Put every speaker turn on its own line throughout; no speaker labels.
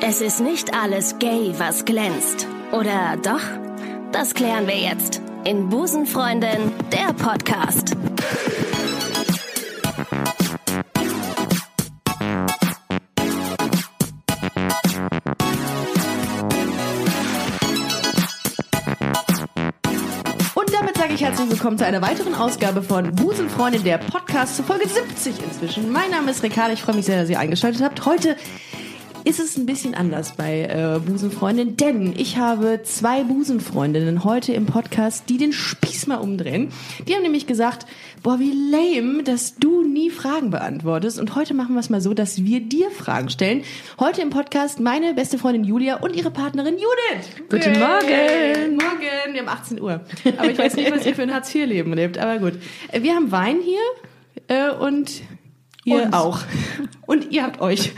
Es ist nicht alles gay, was glänzt. Oder doch? Das klären wir jetzt in Busenfreundin, der Podcast.
Und damit sage ich herzlich willkommen zu einer weiteren Ausgabe von Busenfreunde, der Podcast zu Folge 70 inzwischen. Mein Name ist Ricarda, ich freue mich sehr, dass ihr eingeschaltet habt. Heute ist es ein bisschen anders bei äh, Busenfreundin, denn ich habe zwei Busenfreundinnen heute im Podcast, die den Spieß mal umdrehen. Die haben nämlich gesagt, boah, wie lame, dass du nie Fragen beantwortest. Und heute machen wir es mal so, dass wir dir Fragen stellen. Heute im Podcast meine beste Freundin Julia und ihre Partnerin Judith.
Guten Morgen.
Morgen, wir haben 18 Uhr. Aber ich weiß nicht, was ihr für ein Hartz-IV-Leben lebt, aber gut. Äh, Wir haben Wein hier äh, und ihr
Uns.
auch. Und ihr habt euch.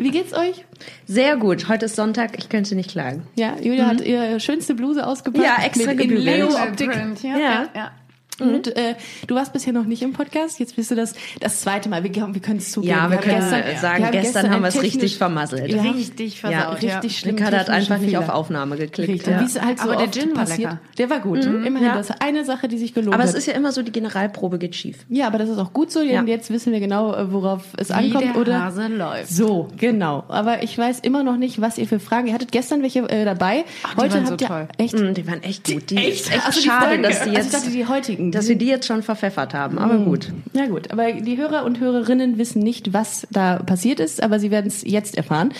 Wie geht's euch?
Sehr gut. Heute ist Sonntag. Ich könnte nicht klagen.
Ja, Julia hat ihre schönste Bluse ausgepackt.
Mhm. Ja, extra
mit in
gebügelt. Mhm.
Leo-Optik.
Print, ja.
Ja.
ja. ja.
Und äh, du warst bisher noch nicht im Podcast, jetzt bist du das das zweite Mal. Wir, glauben, wir können es zugeben.
Ja, wir
haben
können sagen, gestern haben
ein
wir es
technisch-
richtig vermasselt.
Ja,
Richtig versaut,
ja,
ja.
richtig schlimm.
Ricarda hat
technischen
einfach nicht auf
Fehler.
Aufnahme geklickt.
Richtig.
Ja.
Wie es halt so
Aber der
oft
Gin war
passiert.
lecker.
Der war gut. Immerhin,
Mhm. ja.
das ist eine Sache, die sich gelohnt
Aber
hat.
es ist ja immer so, die Generalprobe geht schief.
Ja, aber das ist auch gut so, denn
Ja.
jetzt wissen wir genau, äh, worauf es
Wie
ankommt,
der
oder?
Hase läuft.
So, genau. Aber ich weiß immer noch nicht, was ihr für Fragen. Ihr hattet gestern welche äh, dabei.
die
Heute
waren so
habt ihr
toll.
echt.
Mm, Die waren echt gut. Die ist echt
Achso, die
schade,
Folgen.
dass, die Hm.
Also
jetzt,
ich dachte, die heutigen.
dass wir die jetzt schon verpfeffert haben. Aber gut.
Na gut, aber die Hörer und Hörerinnen wissen nicht, was da passiert ist, aber sie werden es jetzt erfahren.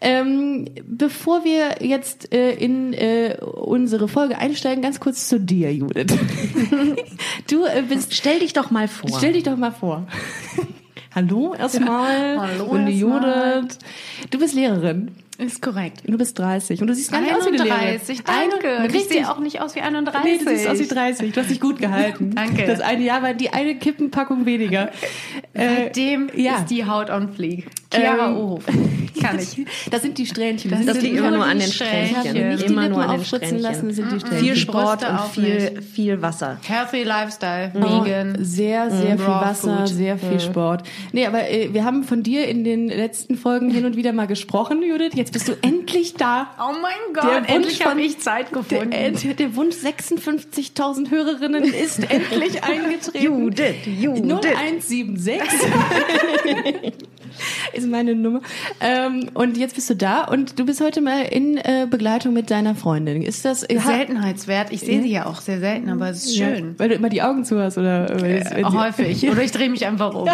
Ähm, bevor wir jetzt äh, in äh, unsere Folge einsteigen, ganz kurz zu dir, Judith. du äh, bist
Stell dich doch mal vor.
Stell dich doch mal vor. Hallo erstmal.
Hallo
Und die
erstmal.
Judith. Du bist Lehrerin.
Ist korrekt.
Und du bist 30. Und du siehst gar nicht aus wie eine Lehrerin.
31, danke.
Ein-
Und ich
Richtig.
sehe auch nicht aus wie Äh, 31.
Nee, du siehst aus wie 30. Du hast dich gut gehalten.
Danke.
Das eine Jahr war die eine Kippenpackung weniger.
Seitdem
ja.
ist die Haut on fleek. Chiara
Ähm,
Ohof. Kann ich.
Das sind die Strähnchen.
das
sind
liegt immer
nur
nur
die
an den
Strähnchen.
Strähnchen.
Ich hab
nicht die
Immer
Lippen
nur an den
aufspritzen
Strähnchen.
lassen, sind die Strähnchen.
viel
Die
Sport
Brüste
und
auch
viel, viel Wasser.
Healthy Lifestyle.
Oh,
Vegan.
Sehr, sehr viel
Raw
Wasser,
Food.
sehr viel Sport. Nee, aber äh, wir haben von dir in den letzten Folgen hin und wieder mal gesprochen, Judith. Jetzt bist du endlich da.
Oh mein
Der
Gott,
Wunsch
endlich
von-
habe ich Zeit gefunden.
Der, äh, der Wunsch 56.000 Hörerinnen ist endlich eingetreten.
Judith, Judith.
0176 ist meine Nummer. Ähm, und jetzt bist du da und du bist heute mal in äh, Begleitung mit deiner Freundin. Ist das äh,
Seltenheitswert. Ich sehe sie ja auch sehr selten, aber es ist schön.
Weil du immer die Augen zu hast oder äh, weil es- wenn sie-
Häufig. Oder ich drehe mich einfach um.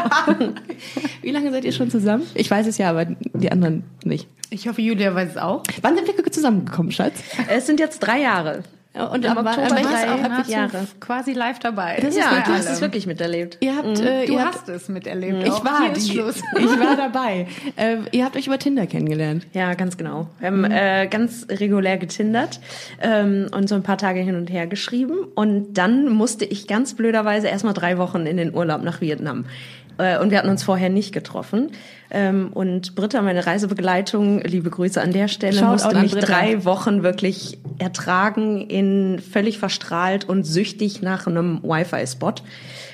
Wie lange seid ihr schon zusammen? Ich weiß es ja, aber die anderen nicht.
Ich hoffe, Julia weiß es auch.
Wann sind wir zusammengekommen, Schatz?
Es sind jetzt drei Jahre.
Und
Im
aber,
Oktober
aber ich
drei
weiß auch,
Jahre.
hab ich,
Jahre.
Quasi live dabei.
Das ist
Bei
Ja, du
wirklich-
hast
allem.
es wirklich miterlebt.
ihr habt, äh,
Du
ihr habt,
hast es miterlebt.
ich
auch.
war
Hier ist
oh, ah, die,
Schluss.
ich war dabei. Äh, ihr habt euch über Tinder kennengelernt.
Ja, ganz genau. Wir haben äh, ganz regulär getindert ähm, und so ein paar Tage hin und her geschrieben. Und dann musste ich ganz blöderweise erstmal drei Wochen in den Urlaub nach Vietnam. Äh, und wir hatten uns vorher nicht getroffen. Ähm, und Britta, meine Reisebegleitung, liebe Grüße an der Stelle,
Shoutout
musste
an
mich
Britta.
drei Wochen wirklich ertragen in völlig verstrahlt und süchtig nach einem Wi-Fi-Spot.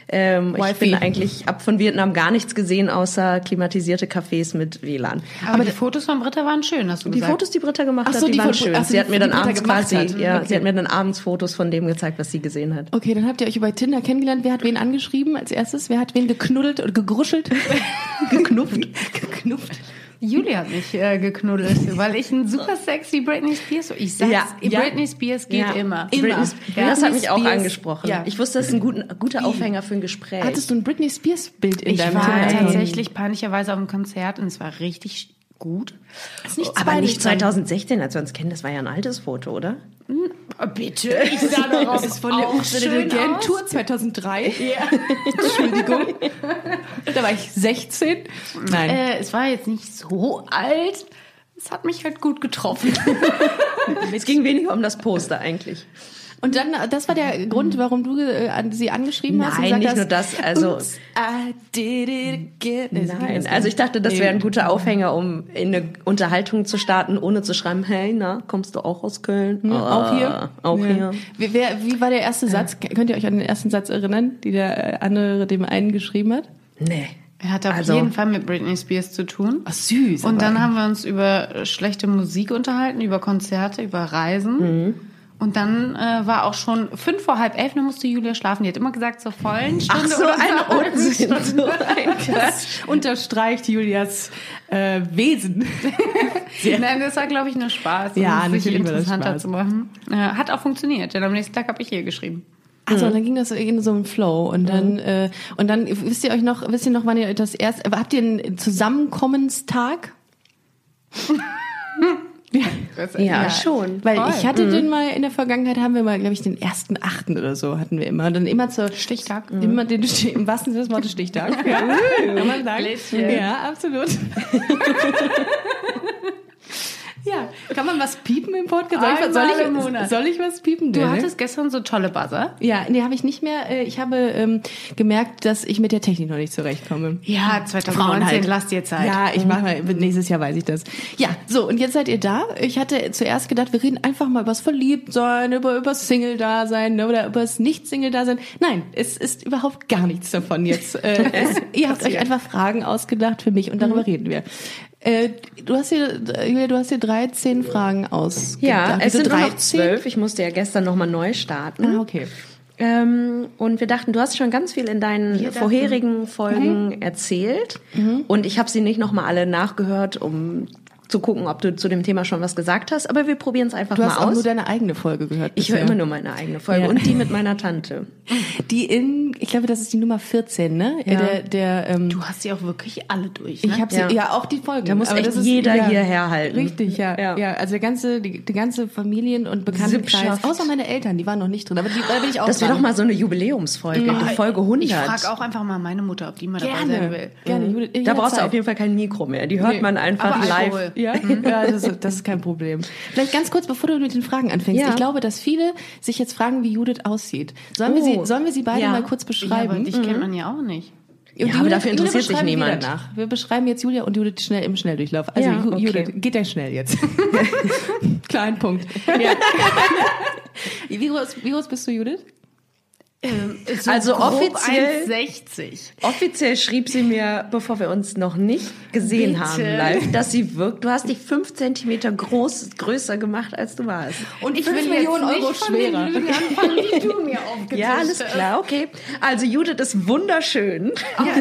Ähm, ich
Wi-Fi.
bin eigentlich ab von Vietnam gar nichts gesehen, außer klimatisierte Cafés mit WLAN.
Aber, die Fotos von Britta waren schön, hast du
Die
gesagt.
Fotos, die Britta gemacht
Ach
hat,
so,
die,
die
waren
von-
schön.
ach so,
sie hat
die-
mir
die
dann
Britta
abends
gemacht
quasi,
hat.
ja,
Okay.
sie hat mir dann abends Fotos von dem gezeigt, was sie gesehen hat.
Okay, dann habt ihr euch über Tinder kennengelernt. Wer hat wen angeschrieben als erstes? Wer hat wen geknuddelt und gegruschelt? Geknufft. Geknufft.
Julia hat mich äh, geknuddelt, weil ich ein super sexy Britney Spears. Ich sag's,
Ja,
ja.
Britney Spears geht immer.
Immer.
Britney,
Ja.
Das hat mich auch
Britney Spears,
angesprochen.
ja.
Ich wusste, das ist ein guter, guter Aufhänger für ein Gespräch.
Hattest du ein Britney Spears Bild in
Ich
deinem
war
Tinder?
tatsächlich peinlicherweise auf dem Konzert und es war richtig gut.
aber nicht 2016, als wir uns kennen, das war ja ein altes Foto, oder?
Hm,
Oh, bitte, ich sah darauf
Das ist von der
auch schön
Ursula
aus.
Tour 2003. Entschuldigung. Da war ich 16. Nein.
Äh, es war jetzt nicht so alt. Es hat mich halt gut getroffen.
Es ging weniger um das Poster eigentlich.
Und dann, äh, das war der Grund, warum du äh, an- sie angeschrieben hast? und
Mhm. Nein,
gesagt
nicht
hast,
nur das, also-
"Oops, I did it again." Nee, so ging das
Nein,
nicht.
also ich dachte, das
Nee.
wäre ein guter Aufhänger, um in eine Unterhaltung zu starten, ohne zu schreiben, hey, na, kommst du auch aus Köln?
Hm,
Ah,
auch hier?
Auch
Ja.
hier.
Wie, wer, wie war der erste Satz? Könnt ihr euch an den ersten Satz erinnern, die der äh, andere dem einen geschrieben hat?
Nee.
Er hat auf
Also-
jeden Fall mit Britney Spears zu tun.
Ach, süß.
Und dann
aber-
haben wir uns über äh, schlechte Musik unterhalten, über Konzerte, über Reisen. Und dann äh, war auch schon fünf vor halb elf, dann musste Julia schlafen. Die hat immer gesagt, zur vollen
Ach,
Stunde.
so
oder
ein Unsinn. So ein
das unterstreicht Julias äh, Wesen.
Nein, das war, glaube ich, nur Spaß. um
Ja,
es sich
natürlich war das
interessanter
Spaß.
zu machen. Äh, hat auch funktioniert, denn am nächsten Tag habe ich ihr geschrieben. Mhm.
Also und dann ging das in so einem Flow und dann äh, und dann wisst ihr euch noch wisst ihr noch wann ihr das erst habt ihr einen Zusammenkommenstag?
äh,
Ja, schon.
Weil
Voll. Mhm.
ich hatte den mal in der Vergangenheit haben wir mal glaube ich den ersten achten oder so hatten wir immer und dann immer zur
Stichtag.
immer den Stich- im wahrsten Sinne des Wortes Stichtag. ja. Kann man sagen. Ja, absolut. ja, kann man was piepen im Podcast? Soll ich, was- soll ich,
Einmal im Monat.
soll ich was piepen?
Du
Nee, ne?
hattest gestern so tolle Buzzer.
Ja, nee, habe ich nicht mehr. Äh, Ich habe ähm, gemerkt, dass ich mit der Technik noch nicht zurechtkomme.
Ja, 2019, lasst ihr Zeit.
halt. Ja, ich mache mal, nächstes Jahr weiß ich das. Ja, so, und jetzt seid ihr da. Ich hatte zuerst gedacht, wir reden einfach mal übers Verliebtsein, über, übers Single-Dasein ne, oder übers Nicht-Single-Dasein. Nein, es ist überhaupt gar nichts davon jetzt. Äh, es, ihr habt euch einfach Fragen ausgedacht für mich und
Mhm.
darüber reden wir. Äh, du hast hier, Julia, du hast hier 13 Fragen ausgedacht.
Ja, es
Wieso
sind nur noch zwölf. Ich musste ja gestern nochmal neu starten.
Ah, okay.
Ähm, und wir dachten, du hast schon ganz viel in deinen vorherigen Folgen
Mhm.
erzählt. Und ich habe sie nicht nochmal alle nachgehört, um zu gucken, ob du zu dem Thema schon was gesagt hast. Aber wir probieren es einfach
Du
mal
hast auch
aus.
nur deine eigene Folge gehört.
ich höre
bisher.
immer nur meine eigene Folge
Ja.
und die mit meiner Tante.
Die in, ich glaube, das ist die Nummer 14, ne? Ja. Der, der, ähm,
Du hast sie auch wirklich alle durch. Ne?
ich habe sie, ja.
Ja.
auch die Folgen.
Da muss
Aber
echt
das ist-
jeder hierher halten.
Richtig, ja, ja.
Ja.
also der ganze, die, die ganze Familien- und Bekanntenkreis,
Sippschaft.
außer meine Eltern, die waren noch nicht drin, aber die, da bin ich auch
Das wäre
dran.
doch mal so eine Jubiläumsfolge, die Folge 100.
Ich frage auch einfach mal meine Mutter, ob die mal dabei sein
gerne,
will.
gerne. Judith,
Mhm. da
jederzeit.
brauchst du auf jeden Fall Mhm. kein Mikro mehr. Die hört
Nee,
man einfach
aber
live.
Alkohol.
Ja, ja das, ist, das ist kein Problem. Vielleicht ganz kurz, bevor du mit den Fragen anfängst.
Ja.
Ich glaube, dass viele sich jetzt fragen, wie Judith aussieht. Sollen, wir,
Oh.
sie, sollen wir sie beide
Ja.
mal kurz
Ja, aber
beschreiben?
dich kennt man ja auch nicht.
Und
Ja, aber dafür interessiert sich
beschreiben wir
niemand.
Danach. Wir beschreiben jetzt Julia und Judith schnell im Schnelldurchlauf. Also
Ja,
Ju-
okay.
Judith, geht der schnell jetzt? Kleinen Punkt. Ja. wie, groß, wie groß bist du, Judith?
So
Also
grob
offiziell-
1,60.
Offiziell schrieb sie mir, bevor wir uns noch nicht gesehen
Bitte.
haben live, dass sie wirkt. Du hast dich fünf Zentimeter groß, größer gemacht, als du warst.
Und
Ich will Millionen jetzt Euro nicht schwerer. Von den Lügen anfangen, die du mir aufgetischt
Ja, alles
hast.
klar, okay. Also Judith ist wunderschön.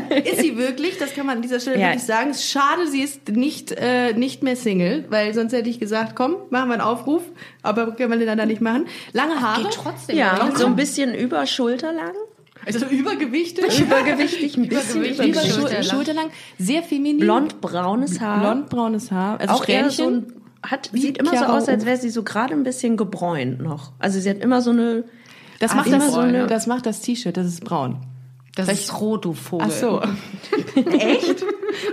Ja, ist sie wirklich? Das kann man an dieser Stelle
Ja.
wirklich sagen. Es ist Schade, sie ist nicht, äh, nicht mehr Single, weil sonst hätte ich gesagt, komm, machen wir einen Aufruf. Aber können wir den leider nicht machen. Lange Haare.
Geht trotzdem.
Ja,
oder?
so ein bisschen über Schulterlang,
Also übergewichtig.
übergewichtig, ein bisschen
Übergewichtig.
Über
übergewichtig.
Schul
Schulterlang.
Schulterlang. Sehr feminin.
Blond-braunes Haar.
Blond-braunes Haar. Also
auch eher so
Strähnchen.
ein, hat, sieht immer
Chiara
so aus, als
Uff.
wäre sie so gerade ein bisschen gebräunt noch. Also sie hat immer so eine...
Das
Ah,
macht
immer
das,
so eine-
das macht das T-Shirt, das ist braun.
Das ist rot, du Vogel.
Echt?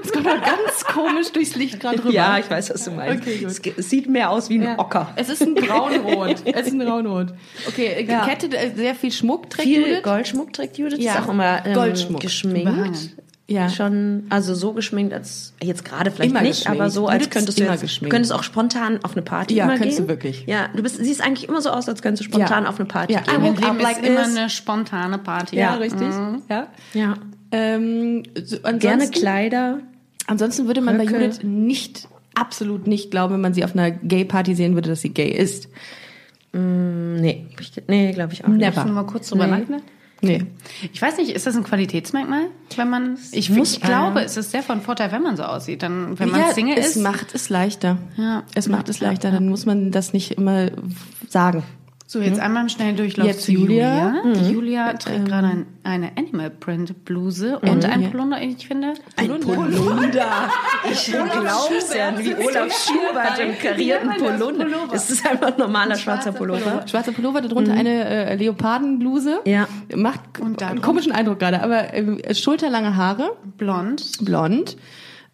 Das kommt doch ganz komisch durchs Licht gerade rüber.
Ja, ich weiß, was du meinst.
Okay, gut.
es, ge- es sieht mehr aus wie ein
Ja.
Ocker.
Es ist ein braunrot. Es ist ein braunrot. Okay, äh,
Ja.
Kette, äh, sehr viel Schmuck trägt
Viel
Judith.
Goldschmuck trägt Judith.
Ja.
Ist auch immer ähm,
Goldschmuck.
geschminkt.
Behangen.
Ja.
Schon, also so geschminkt als, jetzt gerade vielleicht
Immer
nicht,
geschminkt.
aber so, als
Judith
könntest
ist
du
immer
jetzt,
geschminkt.
könntest auch spontan auf eine Party
Ja,
mal
könntest
gehen.
du wirklich.
Ja, du bist, siehst eigentlich immer so aus, als könntest du spontan
Ja.
auf eine Party
Ja.
gehen.
I
Mein
woke
Problem
up like
ist immer
this.
eine spontane Party.
Ja, richtig. Ja.
Ja.
Ähm, so, ansonsten,
Mhm. Gerne Kleider.
Ansonsten würde man bei
Röcke.
Judith nicht, absolut nicht glauben, wenn man sie auf einer Gay-Party sehen würde, dass sie gay ist.
Nee, hab ich ge- nee glaube ich auch
Never.
nicht.
Müssen wir mal kurz drüber
Nee.
nachdenken?
Nee.
Ich weiß nicht, ist das ein Qualitätsmerkmal, wenn man? Ich,
muss-
ich glaube, es ist sehr von Vorteil, wenn man so aussieht. Dann, wenn man
ja,
Single
es
ist,
macht es leichter.
Ja.
Es macht es leichter, dann muss man das nicht immer sagen.
so jetzt einmal im schnellen Durchlauf
Jetzt
zu
Julia.
Julia. Die Julia trägt gerade ein, eine Animal Print Bluse und ein Polunder. Ich finde,
Ein Polunder. Ich glaube es ja, wie Olaf Schubert im karierten Polunder. Das ist einfach ein normaler schwarzer Pullover.
Schwarzer Pullover, darunter eine äh, Leopardenbluse.
Mhm. Ja.
Macht
Und dann-
einen komischen Eindruck gerade, aber ähm, schulterlange Haare,
blond.
blond.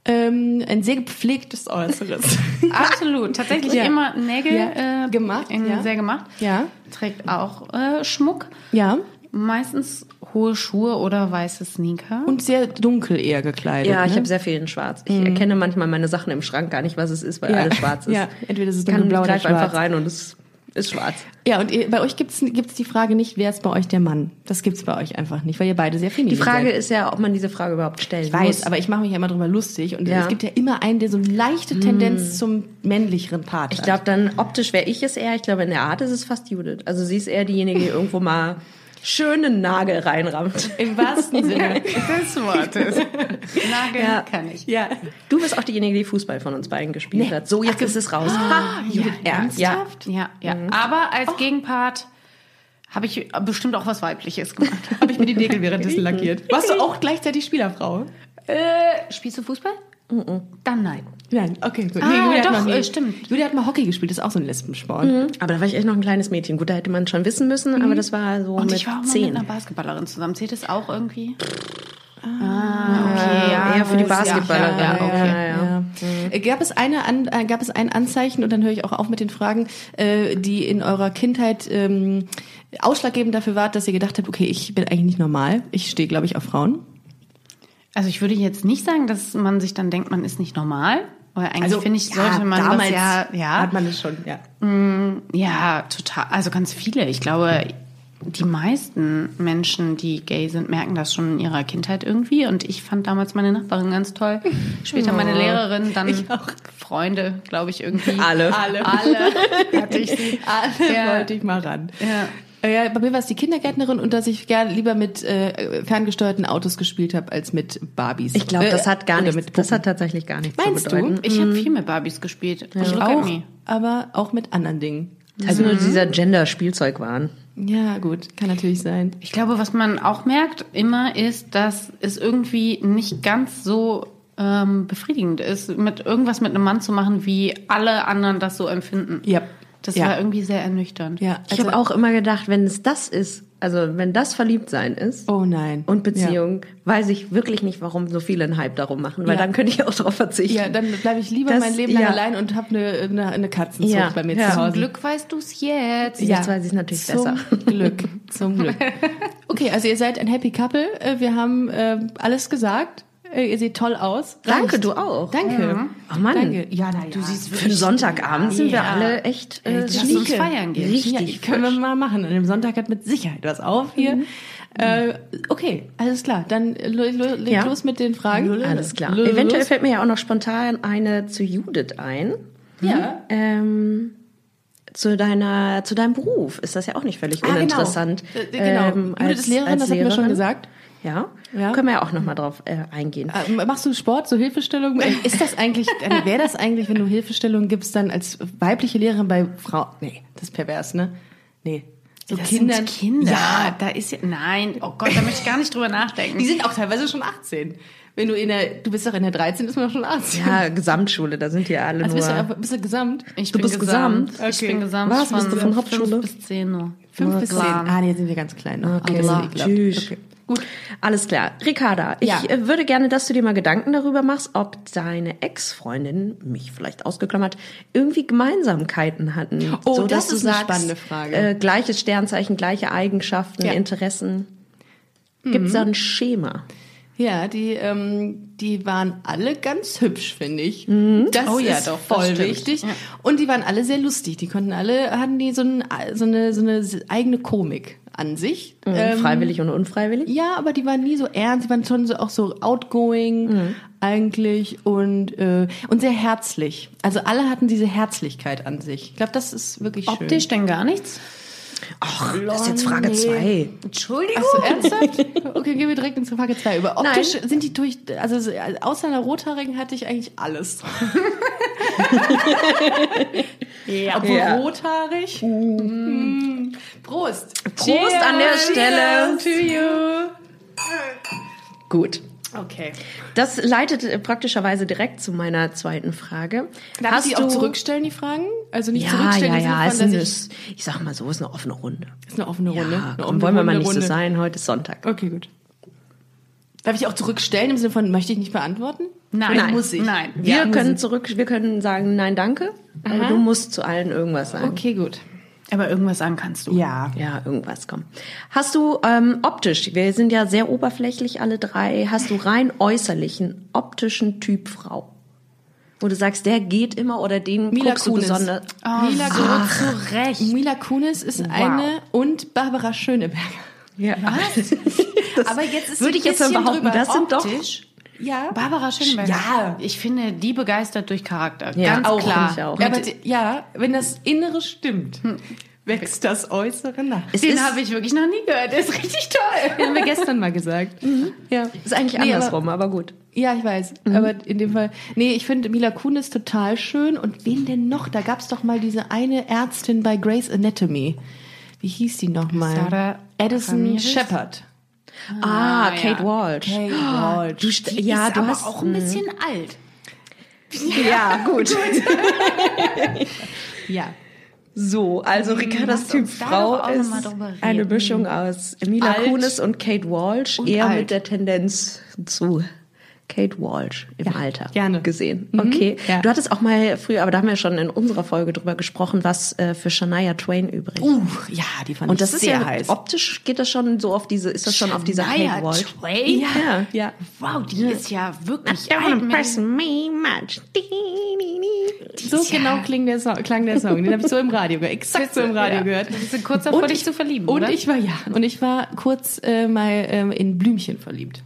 Ähm, ein sehr gepflegtes Äußeres.
Absolut. Tatsächlich
Ja.
immer Nägel
Ja.
äh,
Gemacht,
In,
ja.
Sehr gemacht.
Ja.
Trägt auch äh, Schmuck.
ja.
Meistens hohe Schuhe oder weiße Sneaker.
Und sehr dunkel eher gekleidet.
Ja, ich
ne?
habe sehr viel in Schwarz. Ich erkenne manchmal meine Sachen im Schrank gar nicht, was es ist, weil
Ja.
alles schwarz ist.
Ja, entweder ist es
Ich kann
dunkelblau oder
greif einfach
schwarz.
rein und es Ist schwarz.
Ja, und ihr, bei euch gibt's gibt's die Frage nicht, wer ist bei euch der Mann? Das gibt's bei euch einfach nicht, weil ihr beide sehr feminin
Die Frage
seid.
ist ja, ob man diese Frage überhaupt stellen
Ich weiß,
muss.
aber ich mache mich ja immer drüber lustig. Und
Ja. Mm.
es gibt ja immer einen, der so eine leichte Tendenz zum männlicheren Part
ich
hat.
glaube dann, optisch wäre ich es eher. Ich glaube, in der Art ist es fast Judith. Also sie ist eher diejenige, die irgendwo mal schönen Nagel reinrammt.
Im wahrsten Sinne.
Des Wortes. Nagel kann ich.
Ja. Du bist auch diejenige, die Fußball von uns beiden gespielt hat. So, jetzt ist es raus. Ha, Judith, ja.
Ja, ja. Aber als Gegenpart habe ich bestimmt auch was Weibliches gemacht.
Habe ich mir die Nägel währenddessen lackiert. Warst du auch gleichzeitig Spielerfrau?
äh, spielst du Fußball? Dann nein.
Nein, okay, gut.
Ah,
Julia hat
doch,
noch nie-
äh, stimmt. Mhm.
Julia hat mal Hockey gespielt, das ist auch so ein Lesbensport.
Mhm. Aber da war ich echt noch ein kleines Mädchen. Gut, da hätte man schon wissen müssen, aber
Mhm.
das war so
Und
mit
ich war auch mal
zehn.
mit einer Basketballerin zusammen. Zählt das auch irgendwie? Ah, okay, ja.
eher für die
das- ja,
Basketballer,
Ja, ja,
ja,
okay.
ja, ja.
Äh, Gab es eine an, äh, gab es ein Anzeichen und dann höre ich auch auf mit den Fragen, äh, die in eurer Kindheit ähm, ausschlaggebend dafür war, dass ihr gedacht habt, okay, ich bin eigentlich nicht normal. Ich stehe, glaube ich, auf Frauen.
Also ich würde jetzt nicht sagen, dass man sich dann denkt, man ist nicht normal. Weil eigentlich Also, finde ich,
Also, ja,
sollte man
damals
das ja, ja,
hat man das schon. Ja.
Ja, total. Also ganz viele. Ich glaube, die meisten Menschen, die gay sind, merken das schon in ihrer Kindheit irgendwie. Und ich fand damals meine Nachbarin ganz toll. Später meine Lehrerin, dann Freunde, glaube ich, irgendwie.
Alle.
Alle. Alle hatte ich sie.
Alle
Ja.
wollte ich mal ran.
Ja.
Äh, Ja, bei mir war es die Kindergärtnerin und dass ich gerne lieber mit äh, ferngesteuerten Autos gespielt habe als mit Barbies.
Ich glaube,
Äh,
das hat gar
oder
nichts.
Mit
das hat tatsächlich gar nichts
Meinst
zu bedeuten.
du?
Ich habe viel mit Barbies gespielt. Ich look at
auch,
me.
aber auch mit anderen Dingen.
Also nur dieser Gender-Spielzeugwahn.
Ja, gut, kann natürlich sein.
Ich glaube, was man auch merkt immer ist, dass es irgendwie nicht ganz so ähm, befriedigend ist, mit irgendwas mit einem Mann zu machen, wie alle anderen das so empfinden.
Ja.
Das
Ja.
war irgendwie sehr ernüchternd.
Ja, also
Ich habe auch immer gedacht, wenn es das ist, also wenn das Verliebtsein ist
Oh nein.
und Beziehung, weiß ich wirklich nicht, warum so viele einen Hype darum machen, weil
Ja.
dann könnte ich auch drauf verzichten.
Ja, ja dann bleibe ich lieber
Das-
mein Leben lang
ja.
allein und habe eine, eine, eine Katzenzucht
Ja.
bei mir
Ja.
zu
Zum
Hause.
Glück weißt du es jetzt.
Ja. Jetzt weiß ich's natürlich
zum
besser.
Glück, zum Glück. Okay, also ihr seid ein happy couple. Äh, Wir haben äh, alles gesagt. Äh, Ihr seht toll aus.
Danke,
Reicht.
du auch.
Danke.
Oh Mann.
Danke. Ja, na ja.
Du siehst Für einen Sonntagabend sind wir alle echt äh,
Lass uns
schnieke.
feiern gehen.
Ja,
Richtig.
können wir mal machen. An dem Sonntag hat mit Sicherheit was auf hier. Äh, okay, alles klar. Dann äh, lo- lo- leg
Ja.
los mit den Fragen.
Alles klar.
Lo-
Eventuell
los.
fällt mir ja auch noch spontan eine zu Judith ein.
Ja.
Ähm, zu deiner, zu deinem Beruf ist das ja auch nicht völlig
genau.
uninteressant. Ähm,
Äh, genau. Judith ist Lehrerin, das hatten wir schon gesagt.
Ja.
Ja.
können wir ja auch nochmal drauf äh, eingehen.
Äh, Machst du Sport, so Hilfestellung? Äh, Ist das eigentlich, wäre das eigentlich, wenn du Hilfestellung gibst, dann als weibliche Lehrerin bei Frau? Nee, das ist pervers, ne? Nee. So
Das
Kindern-
sind Kinder.
Ja,
da ist ja. Nein, oh Gott, da möchte ich gar nicht drüber nachdenken.
die sind auch teilweise schon 18. Wenn du in der, du bist doch in der 13, ist man doch schon 18.
Ja, Gesamtschule, da sind die ja alle
Also bist du,
nur.
aber- bist du gesamt?
ich
Du
bin
bist
gesamt.
gesamt?
Ich bin gesamt
Was,
von
bist du von Hauptschule?
fünf bis zehn Uhr.
Fünf
Nur
bis zehn.
gesamt.
Ah, nee, sind wir ganz klein. noch.
Okay,
Ah, das
klar.
ist ekelhaft.
Tschüss.
Okay.
Gut, alles klar. Ricarda, ich
Ja.
äh, würde gerne, dass du dir mal Gedanken darüber machst, ob deine Ex-Freundin, mich vielleicht ausgeklammert, irgendwie Gemeinsamkeiten hatten.
Oh,
so,
das
dass du
ist eine
sagst,
spannende Frage.
Äh, gleiches Sternzeichen, gleiche Eigenschaften,
Ja. Mhm.
Interessen. Gibt es da ein Schema?
Ja, die, ähm, die waren alle ganz hübsch, finde ich. Das
Oh ja,
ist
doch, das
voll
stimmt.
wichtig. Und die waren alle sehr lustig. Die konnten alle, hatten die so, ein, so, eine, so eine eigene Komik an sich.
Mhm.
Ähm,
Freiwillig und unfreiwillig?
ja, aber die waren nie so ernst, die waren schon so auch so outgoing
Mhm.
eigentlich und, äh, und sehr herzlich. Also alle hatten diese Herzlichkeit an sich. Ich glaube, das ist wirklich schön.
Optisch denn gar nichts?
Ach, das ist jetzt Frage zwei.
Entschuldigung.
Achso, ernsthaft? Okay, gehen wir direkt in Frage 2. Über optisch sind die durch, also so, außer einer Rothaarigen hatte ich eigentlich alles. ja. Obwohl
Ja. Uh,
rothaarig. Mm. Prost.
Prost an der Stelle.
Cheers to
Gut.
you. Okay.
Das leitet äh, praktischerweise direkt zu meiner zweiten Frage.
Darf
Hast
ich die auch
du-
zurückstellen, die Fragen? Also nicht
Ja,
zurückstellen,
ja,
im Sinne
ja. Es
von, dass
ist, ich, ich sag mal so, es ist eine offene Runde.
ich, ist eine offene Runde.
Ja,
eine
Ah, komm,
offene
wollen wir mal
Runde,
nicht
Runde.
so sein. Heute ist Sonntag.
Okay, gut. Darf ich auch zurückstellen im Sinne von, möchte ich nicht beantworten?
Nein.
Oder muss ich?
Nein.
Wir
Ja.
können zurück, wir können sagen, nein, danke. Aber du musst zu allen irgendwas sagen.
Okay, gut.
Aber irgendwas sagen kannst du.
Ja.
Ja, irgendwas, komm. Hast du ähm, optisch, wir sind ja sehr oberflächlich alle drei, hast du rein äußerlichen, optischen Typ Frau? Wo du sagst, der geht immer oder den
Mila
guckst du
Kunis.
besonders.
Mila,
so zu Recht.
Mila Kunis ist eine und Barbara Schöneberger.
Ja.
Aber jetzt ist
Würde
sie
ich jetzt mal
bisschen
behaupten,
drüber.
das sind doch-
Optisch.
Ja.
Barbara Schöneberger.
Ja.
Ich finde, die begeistert durch Charakter.
Ja,
Ganz
auch,
klar.
finde ich auch.
Ja, aber die, ja, wenn das Innere stimmt, wächst das Äußere nach.
Es
Den
ist-
habe ich wirklich noch nie gehört. Der ist richtig toll.
haben wir gestern mal gesagt. Ja.
Ist eigentlich
Nee,
andersrum, aber gut.
Ja, ich weiß.
Mhm.
Aber in dem Fall. Nee, ich finde Mila Kunis total schön. Und wen denn noch? Da gab's doch mal diese eine Ärztin bei Grey's Anatomy. Wie hieß die nochmal?
Sarah
Addison
Ramirez?
Shepard.
Ah,
Ah, ja.
Kate Walsh.
Hey, oh,
Du st- ja, du hast
ein bisschen alt.
ja gut.
ja.
So, also Ricardas
lass
Typ
uns da doch
Frau
auch noch
ist
mal drüber reden.
eine Mischung aus Mila
Alt
Kunis und Kate Walsh,
und
eher
alt.
mit der Tendenz zu Kate Walsh im Alter
gerne.
gesehen.
Mhm.
Okay,
ja.
du hattest auch mal früher, aber da haben wir schon in unserer Folge drüber gesprochen, was äh, für Shania Twain übrig.
Oh,
Uh, ja, die fand
und
ich
das ist
sehr
ja
heiß.
optisch geht das schon so auf diese, ist das schon auf dieser Kate Walsh?
Twain?
Ja, ja.
Wow, die ist ja wirklich alt.
Don't
mit-
impress me much. Di, di, di.
So genau klang der, Song, klang der Song. Den habe ich so im Radio gehört. Exakt so im Radio
Ja.
gehört.
Bist du kurz davor, dich zu verlieben,
Und
oder?
ich war, ja. Und ich war kurz äh, mal ähm, in Blümchen verliebt.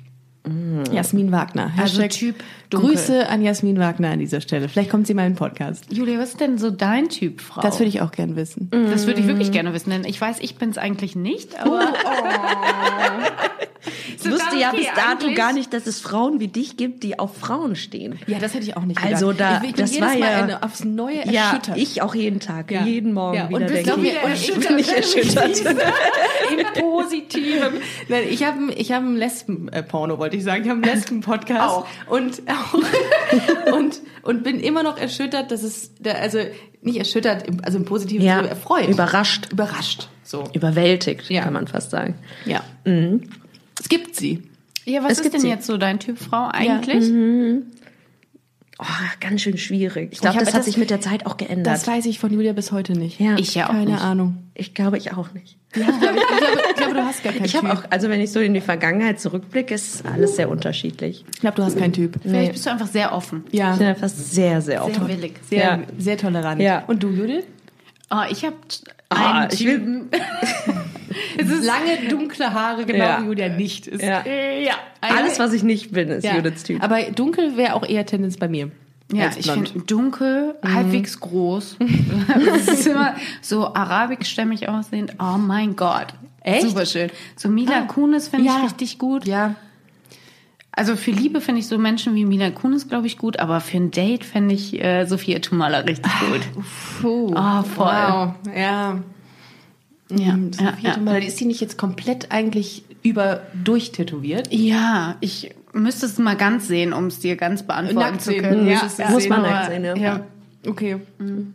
Jasmin Wagner.
Also
Hashtag
Typ dunkel.
Grüße an Jasmin Wagner an dieser Stelle. Vielleicht kommt sie mal in den Podcast.
Julia, was ist denn so dein Typ, Frau?
Das würde ich auch gern wissen.
Das würde ich wirklich gerne wissen, denn ich weiß, ich bin es eigentlich nicht, aber.
Ich wusste ja
okay,
bis dato
eigentlich-
gar nicht, dass es Frauen wie dich gibt, die auf Frauen stehen.
Ja, das hätte ich auch nicht gedacht.
Also
ich,
da-
ich bin
das
jedes
war
Mal
ja-
eine, aufs Neue
Ja,
erschüttert.
ich auch jeden Tag,
Ja.
jeden Morgen
Ja, und
wieder
bist
denke
du
ich, oh,
wieder
ich bin nicht erschüttert.
Im Positiven. Nein, ich habe ich hab einen Lesben-Porno, wollte ich sagen. Ich habe einen Lesben-Podcast.
Auch.
Und, auch, und, und bin immer noch erschüttert, dass es, da- also nicht erschüttert, im- also im Positiven,
Ja,
sondern erfreut.
überrascht. Mhm.
Überrascht, so.
Überwältigt,
Ja.
kann man fast sagen.
Ja. Es gibt sie.
Ja, was
Es
ist
gibt
denn
sie.
jetzt so dein Typ, Frau, eigentlich?
Oh, ganz schön schwierig. Ich
Ich
glaube,
hab
das, hat
das-
sich mit der Zeit auch geändert.
Das weiß ich von Julia bis heute nicht.
Ja.
Ich ja auch
Keine
nicht.
Ahnung.
ich glaube, ich auch nicht.
Ich glaube, ich glaube, du hast gar keinen
Ich
Typ.
habe auch, also wenn ich so in die Vergangenheit zurückblicke, ist alles sehr unterschiedlich.
ich glaube, du hast keinen Typ.
Vielleicht bist du einfach sehr offen.
Ich
Ja.
bin einfach sehr, sehr offen.
willig.
Sehr,
Ja.
sehr tolerant.
Ja.
Und du, Judith?
Oh, ich habe
Ah,
einen
ich
Typen.
Es ist lange dunkle Haare, genau
Ja.
wie Julia nicht ist.
Ja.
ja.
Alles, was ich nicht bin, ist
Ja.
Judiths Typ.
Aber dunkel wäre auch eher Tendenz bei mir.
Ja,
als
ich
blond.
finde dunkel,
Mhm.
halbwegs groß. das ist immer so arabischstämmig aussehend. Oh mein Gott.
Echt?
Super schön. So
Ah,
Mila Kunis finde
Ja.
ich richtig gut.
Ja.
Also für Liebe finde ich so Menschen wie Mila Kunis, glaube ich, gut. Aber für ein Date fände ich äh, Sophia Tomala richtig
Ah,
gut.
Puh.
Ah, voll.
Wow. Ja.
Ja,
Hm,
ja,
Sophie
ja.
Tomala, die Ist die nicht jetzt komplett eigentlich über durchtätowiert?
ja, ich müsste es mal ganz sehen, um es dir ganz beantworten
Nackt
zu
sehen,
können.
ja.
Mhm. Muss man
aber-
nackt sehen, ja.
ja.
Okay.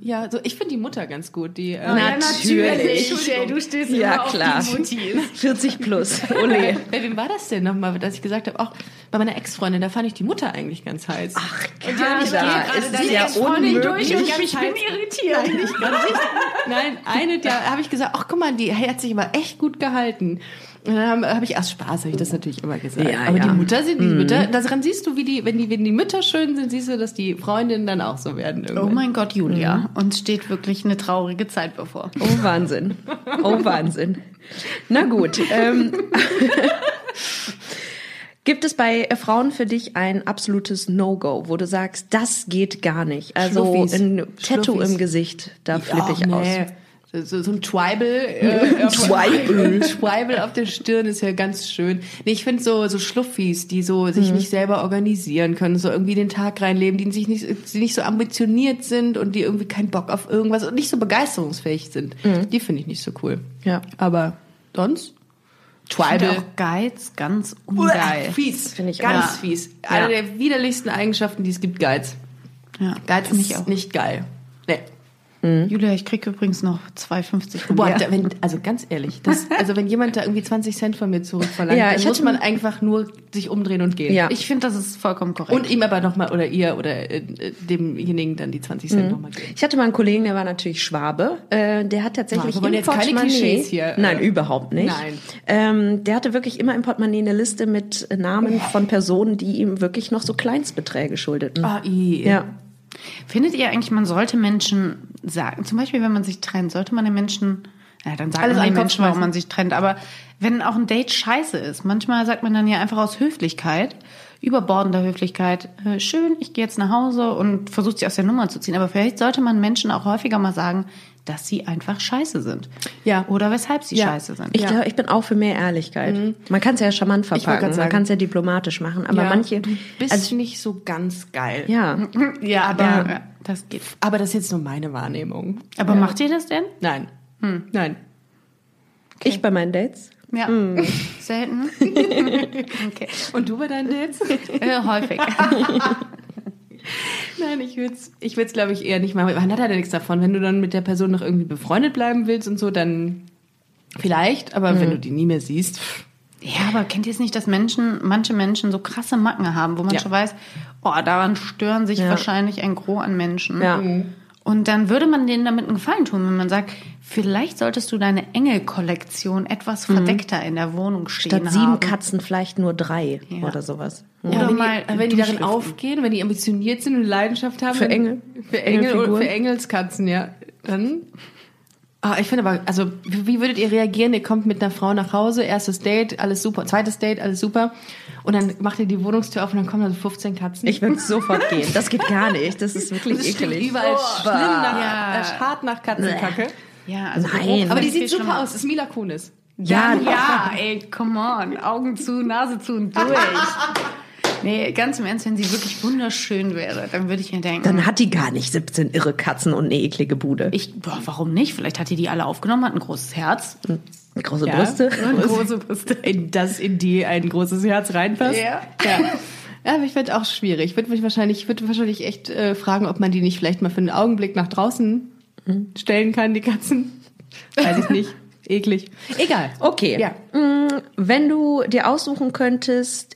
Ja, so, ich finde die Mutter ganz gut. Die, äh,
Ja,
Natürlich.
Entschuldigung, du stehst
Ja,
immer
klar.
auf die Mutis.
40 plus. Ole.
Bei wem war das denn nochmal, dass ich gesagt habe, auch bei meiner Ex-Freundin, da fand ich die Mutter eigentlich ganz heiß. Ach,
Kada, es ist ja
durch und
unmöglich.
ich bin irritiert.
Nein, nicht ganz sicher. Nein, eine, da habe ich gesagt, ach guck mal, die hat sich immer echt gut gehalten. Und Dann habe ich aus Spaß, habe ich das natürlich immer gesagt.
Ja,
Aber
ja.
die Mutter sind, die
Mhm.
Mütter, daran siehst du, wie die, wenn die, wenn die Mütter schön sind, siehst du, dass die Freundinnen dann auch so werden
Oh
irgendwann.
mein Gott, Julia,
Mhm.
uns steht wirklich eine traurige Zeit bevor.
Oh Wahnsinn. Oh Wahnsinn. Na gut. Ähm, gibt es bei äh, Frauen für dich ein absolutes No-Go, wo du sagst, das geht gar nicht? Also
Schluffis.
ein Tattoo
Schluffis.
im Gesicht, da flippe ich aus.
aus. So, so ein Tribal, äh, auf-
Tribal.
Tribal auf der Stirn ist ja ganz schön. Nee, ich finde so, so Schluffis, die so sich nicht selber organisieren können, so irgendwie den Tag reinleben, die sich nicht, die nicht so ambitioniert sind und die irgendwie keinen Bock auf irgendwas und nicht so begeisterungsfähig sind. Die finde ich nicht so cool.
Ja.
Aber sonst?
Ich
Tribal.
finde auch Geiz ganz ungeil.
Fies.
Finde ich
Ganz
auch.
fies.
Ja.
Eine der widerlichsten Eigenschaften, die es gibt, Geiz.
Ja,
Geiz
finde
ist
ich auch.
nicht geil. Nee.
Julia, ich krieg übrigens noch 2,50 von
Boah,
dir.
da, wenn, also ganz ehrlich, das, also wenn jemand da irgendwie 20 Cent von mir zurückverlangt,
Ja,
dann
ich
muss
hatte-
man einfach nur sich umdrehen und gehen.
Ja.
Ich finde, das ist vollkommen korrekt.
Und ihm aber nochmal, oder ihr, oder äh, äh, demjenigen dann die 20
Mhm.
Cent nochmal geben.
Ich hatte mal einen Kollegen, der war natürlich Schwabe. Äh, der hat
Ja, wir
tatsächlich
also wollen
im
jetzt keine
Portemonnaie.
Klischees hier, äh,
Nein, überhaupt nicht.
Nein.
Ähm, der hatte wirklich immer im Portemonnaie eine Liste
Oh.
mit Namen von Personen, die ihm wirklich noch so Kleinstbeträge schuldeten.
Ah, i.
Ja.
Findet ihr eigentlich, man sollte Menschen sagen, zum Beispiel, wenn man sich trennt, sollte man den Menschen, ja, dann sagen
Alles
man
an
den
den Kopf
Menschen, warum
schmeißen.
man sich trennt, aber wenn auch ein Date scheiße ist, manchmal sagt man dann ja einfach aus Höflichkeit, überbordender Höflichkeit, äh, schön, ich gehe jetzt nach Hause und versucht sie aus der Nummer zu ziehen, aber vielleicht sollte man Menschen auch häufiger mal sagen, dass sie einfach scheiße sind.
Ja.
Oder weshalb sie
Ja.
scheiße sind.
Ich glaube, ich bin auch für mehr Ehrlichkeit. Man kann es ja charmant
wollte grad
verpacken, man
sagen.
kann es ja diplomatisch machen, aber
Ja,
manche,
Du bist
also,
nicht so ganz geil.
ja,
ja, aber
Ja.
das geht.
Aber das ist jetzt nur meine Wahrnehmung.
Aber macht ihr das denn?
Nein.
Hm.
Nein.
ich bei meinen Dates.
Ja. Selten. okay.
Und du bei deinen Dates?
Äh, häufig.
Nein, ich würde es, ich würd's, glaube ich, eher nicht machen. Man hat halt ja nichts davon. Wenn du dann mit der Person noch irgendwie befreundet bleiben willst und so, dann vielleicht. Aber
Mhm.
wenn du die nie mehr siehst, pff,
Ja, aber kennt ihr es nicht, dass Menschen, manche Menschen so krasse Macken haben, wo man
Ja.
schon weiß, oh, daran stören sich
Ja.
wahrscheinlich ein Gros an Menschen.
Ja.
Mhm.
Und dann würde man denen damit einen Gefallen tun, wenn man sagt, vielleicht solltest du deine Engelkollektion etwas verdeckter in der Wohnung stehen
Statt sieben
haben.
Katzen vielleicht nur drei
Ja.
oder sowas.
Oder
wenn
mal
die, wenn die darin
durchlüften.
aufgehen, wenn die ambitioniert sind und Leidenschaft haben.
Für
dann-
Engel.
Für Engel oder
Engelfiguren.
für Engelskatzen, ja. Dann. Ah, ich finde aber, also, wie wie würdet ihr reagieren? Ihr kommt mit einer Frau nach Hause, erstes Date, alles super, zweites Date, alles super. Und dann macht ihr die Wohnungstür auf und dann kommen da so 15 Katzen.
Ich würde sofort gehen. Das geht gar nicht. Das ist wirklich
Das stinkt
ekelig.
überall schlimm nach,
Ja.
äh, hart nach Katzenkacke.
Ja, also
Nein.
Geruch
Aber die
ist viel
sieht super
schlimmer.
aus, ist Mila Kunis.
Ja,
Ja, ey, come on. Augen zu, Nase zu und durch. Nee, ganz im Ernst, wenn sie wirklich wunderschön wäre, dann würde ich mir denken,
dann hat die gar nicht 17 irre Katzen und eine eklige Bude.
ich, boah, warum nicht? Vielleicht hat die die alle aufgenommen, hat ein großes Herz.
Große Brüste.
Und große Brüste.
In das in die ein großes Herz reinpasst.
Ja.
ja. Ja, aber ich fände auch schwierig. Ich würde mich wahrscheinlich, ich würde wahrscheinlich echt äh, fragen, ob man die nicht vielleicht mal für einen Augenblick nach draußen stellen kann, die Katzen. Weiß ich nicht. Eklig. Egal.
Okay.
Ja.
Mm, Wenn du dir aussuchen könntest,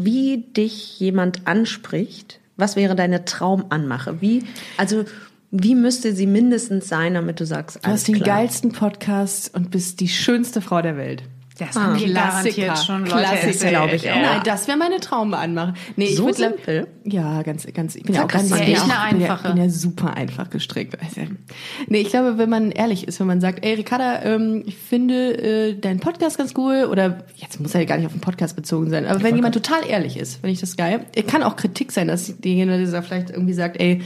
wie dich jemand anspricht, was wäre deine Traumanmache? Wie, also, wie müsste sie mindestens sein, damit du sagst,
Du
alles
hast den
klar.
geilsten Podcast und bist die schönste Frau der Welt.
Das haben mir garantiert schon Leute Äh,
Klassiker,
erzählt.
glaube ich auch.
Ja.
Nein, das wäre meine Traumanmache. Nee,
So
würd glaub-
simpel?
Ja, ganz, ganz. Ich bin ja auch
Sag
ganz
das mal.
ich bin
Ja,
ich
auch-
eine
bin ja-
einfache.
Bin ja super einfach gestrickt. Also, nee, ich glaube, wenn man ehrlich ist, wenn man sagt, ey, Ricarda, ähm, ich finde äh, deinen Podcast ganz cool oder jetzt muss er ja gar nicht auf den Podcast bezogen sein, aber wenn jemand total ehrlich ist, wenn ich das geil, äh, kann auch Kritik sein, dass derjenige, der vielleicht irgendwie sagt, ey,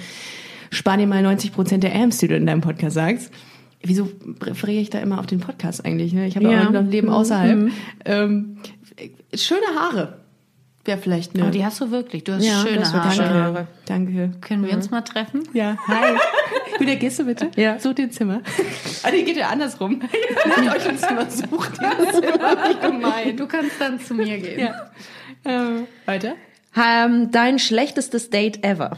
spar dir mal 90 Prozent der Amps, die du in deinem Podcast sagst. Wieso referiere ich da immer auf den Podcast eigentlich? Ne? Ich habe ja
Ja.
auch noch ein Leben außerhalb. Ähm, äh, schöne Haare wäre vielleicht eine.
Aber Oh, die hast du wirklich. Du hast
Ja,
schöne
das wird
Haare.
danke.
schöne Haare.
Danke.
Können wir uns mal treffen?
Ja, hi. Wieder gehst du bitte?
Ja.
Such dir ein Zimmer. Ah, die geht ja andersrum. Nehmt euch ein Zimmer, sucht ihr ein Zimmer. Wie gemein.
Du kannst dann zu mir gehen.
Ja. Ähm, weiter?
Ähm, dein schlechtestes Date ever.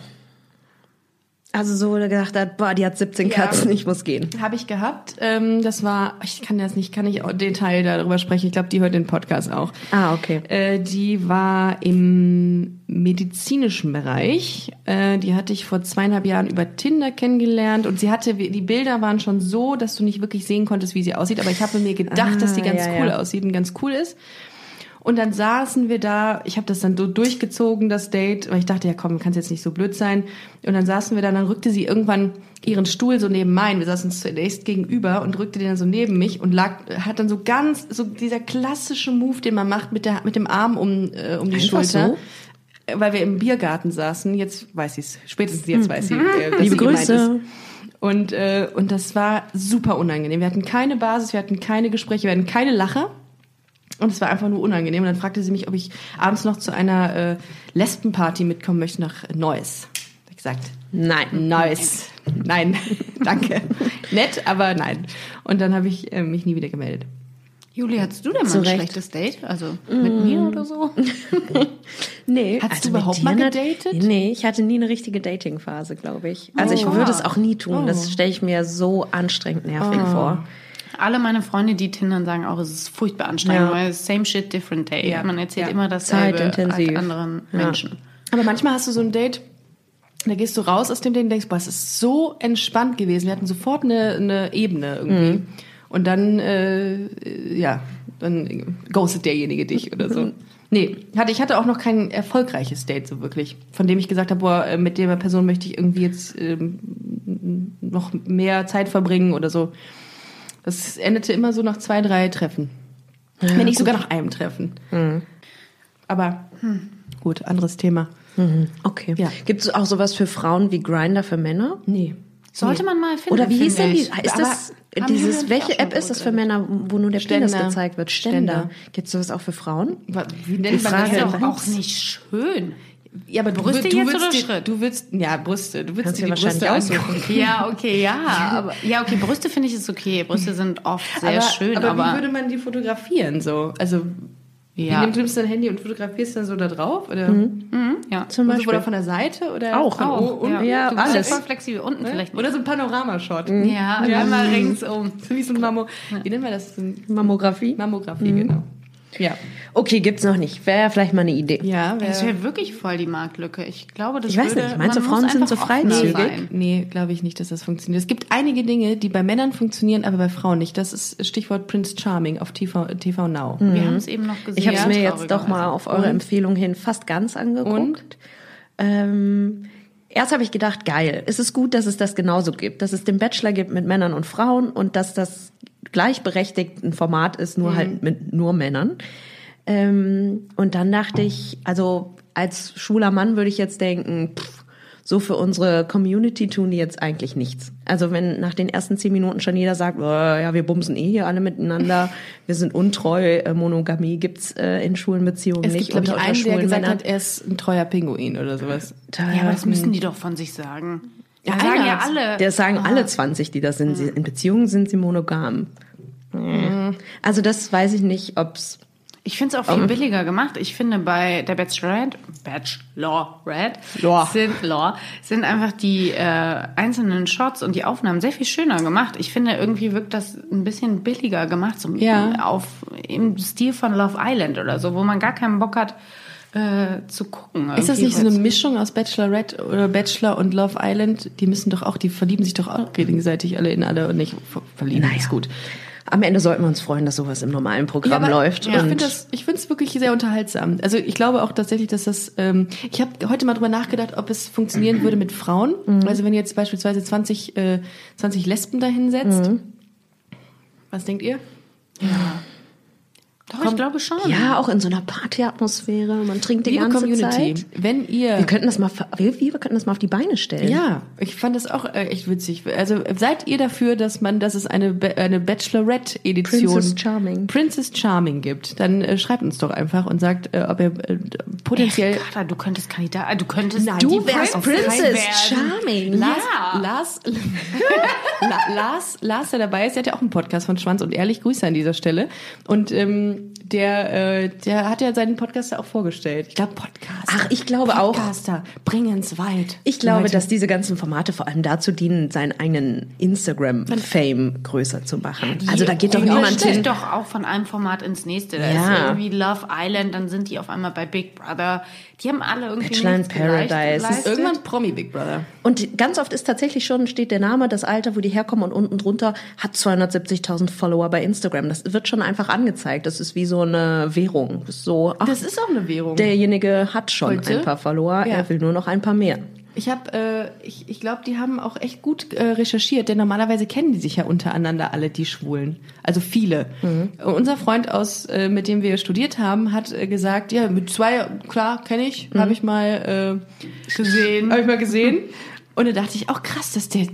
Also so, wo du gedacht hast, boah, die hat 17
Ja.
Katzen, ich muss gehen.
Habe ich gehabt. Ähm, das war, ich kann das nicht, kann ich auch Detail darüber sprechen. Ich glaube, die hört den Podcast auch.
Ah, okay.
Äh, die war im medizinischen Bereich. Äh, die hatte ich vor zweieinhalb Jahren über Tinder kennengelernt und sie hatte, die Bilder waren schon so, dass du nicht wirklich sehen konntest, wie sie aussieht. Aber ich habe mir gedacht,
Ah,
dass die ganz
ja,
cool
ja.
aussieht und ganz cool ist. Und dann saßen wir da, ich habe das dann so durchgezogen, das Date, weil ich dachte, ja komm, kannst jetzt nicht so blöd sein. Und dann saßen wir da, dann rückte sie irgendwann ihren Stuhl so neben meinen. Wir saßen uns zunächst gegenüber und rückte den dann so neben mich und lag, hat dann so ganz, so dieser klassische Move, den man macht mit, der, mit dem Arm um, äh, um die
Einfach
Schulter.
so?
Äh, Weil wir im Biergarten saßen, jetzt weiß sie es, spätestens jetzt weiß sie, äh, dass
Mhm. Liebe
sie gemeint
Grüße.
ist. Und, äh, und das war super unangenehm. Wir hatten keine Basis, wir hatten keine Gespräche, wir hatten keine Lacher. Und es war einfach nur unangenehm. Und dann fragte sie mich, ob ich abends noch zu einer äh, Lesbenparty mitkommen möchte nach Neuss. Hab Ich gesagt,
Nein.
Neuss. Nein, danke. Nett, aber nein. Und dann habe ich äh, mich nie wieder gemeldet.
Juli, hattest du denn mal
Zu
ein
Recht.
schlechtes Date? Also mit mir oder so?
Nee. Also
Hast du
mit
überhaupt
dir
mal
nat-
gedatet?
Nee, ich hatte nie eine richtige Dating-Phase, glaube ich. Also ich
Oh.
würde es auch nie tun.
Oh.
Das stelle ich mir so anstrengend nervig vor.
Alle meine Freunde, die Tindern, sagen auch, es ist furchtbar anstrengend,
Ja.
weil same shit, different day.
Ja.
Man erzählt
Ja.
immer dasselbe
Zeitintensiv.
als anderen
Ja.
Menschen.
Aber manchmal hast du so ein Date, da gehst du raus aus dem Date und denkst, boah, es ist so entspannt gewesen. Wir hatten sofort eine, eine Ebene irgendwie. Und dann, äh, ja, dann ghostet derjenige dich oder so. Nee, hatte, ich hatte auch noch kein erfolgreiches Date so wirklich, von dem ich gesagt habe, boah, äh, mit der Person möchte ich irgendwie jetzt ähm, noch mehr Zeit verbringen oder so. Das endete immer so nach zwei, drei Treffen. Wenn nicht sogar nach einem Treffen. Aber gut, anderes Thema.
Okay.
Ja.
Gibt es auch sowas für Frauen wie Grinder für Männer?
Nee.
Sollte man mal finden.
Oder wie hieß
finde
denn die?
ich.
Ist das
Aber haben
dieses,
wir
welche
auch schon
App ist das für
gut
Männer, wo nur der Penis
Ständer.
gezeigt wird? Ständer. Gibt es sowas auch für Frauen?
Wa- Wie nennt
Die
man das?
Frage
drin?
denn?
Ist doch auch nicht schön.
Ja, aber du,
Brüste
du
jetzt
willst
oder
dir-
Schritt?
Du willst, ja, Brüste. Du willst
Kannst
dir die
dir
Brüste
wahrscheinlich
aussuchen.
Ja, okay, ja. Aber, ja, okay, Brüste finde ich ist okay. Brüste sind oft sehr schön, aber,
wie würde man die fotografieren so? Also
Ja.
wie nimmst- nimmst du dein Handy und fotografierst dann so da drauf oder
Mhm, ja. Oh,
Zum
oder, so,
Beispiel.
oder von der Seite oder
Auch,
von
auch,
oben?
ja.
Ja,
du bist
alles. Ne?
voll flexibel. Unten vielleicht.
Oder so ein Panoramashot.
Ja, und einmal
Mhm.
ringsum.
So wie so ein Mammo. Wie nennen wir das? So ein
Mammographie?
Mammografie, genau. Ja.
Okay, gibt's noch nicht. Wäre ja vielleicht mal eine Idee.
Ja,
Das wäre wirklich voll die Marktlücke. Ich glaube, das
Ich weiß
würde,
nicht, meinst du,
man
Frauen
muss
sind
einfach
so
offener
freizügig?
sein.
Nee, glaube ich nicht, dass das funktioniert. Es gibt einige Dinge, die bei Männern funktionieren, aber bei Frauen nicht. Das ist Stichwort Prince Charming auf TV, TV Now.
Hm.
Wir haben es eben noch gesehen.
Mhm. Ich habe es mir jetzt doch
Traurigerweise.
mal auf eure Empfehlung hin fast ganz angeguckt. Ähm, erst habe ich gedacht, geil, es ist gut, dass es das genauso gibt, dass es den Bachelor gibt mit Männern und Frauen und dass das gleichberechtigt ein Format ist,
Mhm.
nur halt mit nur Männern. Ähm, und dann dachte ich, also als schwuler Mann würde ich jetzt denken, pff, so für unsere Community tun die jetzt eigentlich nichts. Also wenn nach den ersten zehn Minuten schon jeder sagt, oh, ja, wir bumsen eh hier alle miteinander, wir sind untreu, äh, Monogamie gibt's äh, in schwulen Beziehungen
Es
nicht.
gibt, glaube ich,
unter- unter
einen, der
schwulen
gesagt
Männern.
hat, er ist ein treuer Pinguin oder sowas.
Ja, aber das müssen die doch von sich sagen. Ja,
einer
sagen ja
hat's.
alle.
Das sagen alle 20, die das sind. Sie, in Beziehungen sind sie monogam.
Mhm.
Also das weiß ich nicht, ob's
Ich finde es auch viel billiger gemacht. Ich finde bei der Bachelorette, Bachelorette
Lor.
sind, Lor, sind einfach die äh, einzelnen Shots und die Aufnahmen sehr viel schöner gemacht. Ich finde, irgendwie wirkt das ein bisschen billiger gemacht, so
Ja.
auf, im Stil von Love Island oder so, wo man gar keinen Bock hat äh, zu gucken.
Ist das
Irgendwie
nicht so eine
wird's-
Mischung aus Bachelorette oder Bachelor und Love Island? Die müssen doch auch, die verlieben sich doch auch gegenseitig alle in alle und nicht ver- verlieben.
Naja.
Ist gut.
Am Ende sollten wir uns freuen, dass sowas im normalen Programm
aber
läuft.
Ich
und-
finde das, ich finde es wirklich sehr unterhaltsam. Also ich glaube auch tatsächlich, dass das. Ähm, ich habe heute mal drüber nachgedacht, ob es funktionieren würde mit Frauen.
Mhm.
Also wenn ihr jetzt beispielsweise 20, äh, 20 Lesben dahinsetzt,
Mhm.
was denkt ihr?
Doch, ich glaube schon.
ja, auch in so einer Partyatmosphäre. Man trinkt die
Liebe
ganze
Community,
Zeit.
wenn ihr
Wir könnten das mal, ver- wir, wir könnten das mal auf die Beine stellen.
Ja, ich fand das auch äh, echt witzig. Also seid ihr dafür, dass man, dass es eine, Ba- eine Bachelorette-Edition
Princess Charming.
Princess Charming gibt? Dann äh, schreibt uns doch einfach und sagt, äh, ob ihr äh, potenziell
Carter, du könntest Kandidat, äh, du könntest
Nein,
die
Du wärst
Prinz-
Princess
werden.
Charming.
Ja.
Lars, Lars, La, Lars, Lars, der dabei ist, der hat ja auch einen Podcast von Schwanz und Ehrlich. Grüße an dieser Stelle. Und ähm, der, äh, der hat ja seinen Podcast ja auch vorgestellt. Ich glaube, Podcast.
Ach, ich glaube auch.
Podcaster, bringen's weit.
Ich glaube,
Leute.
dass diese ganzen Formate vor allem dazu dienen, seinen eigenen Instagram-Fame größer zu machen. Also da geht doch
Die
niemand
stehen
hin.
doch auch von einem Format ins nächste. Da
Ja.
ist irgendwie Love Island, dann sind die auf einmal bei Big Brother. Die haben alle irgendwie
Bachelor in
nichts geleicht-
Paradise.
geleistet.
Irgendwann Promi Big Brother.
Und ganz oft ist tatsächlich schon, steht der Name, das Alter, wo die herkommen und unten drunter hat 270.000 Follower bei Instagram. Das wird schon einfach angezeigt. Das ist wie so eine Währung. Das ist so, ach,
Das ist auch eine Währung.
derjenige hat schon
Heute?
ein paar Follower,
Ja.
er will nur noch ein paar mehr.
Ich habe, äh, ich, ich glaube, die haben auch echt gut äh, recherchiert, denn normalerweise kennen die sich ja untereinander alle, die Schwulen. Also viele. Unser Freund aus, äh, mit dem wir studiert haben, hat äh, gesagt, ja, mit zwei, klar, kenne ich, habe ich mal, äh,
gesehen.
habe ich mal gesehen. Und da dachte ich auch krass, dass der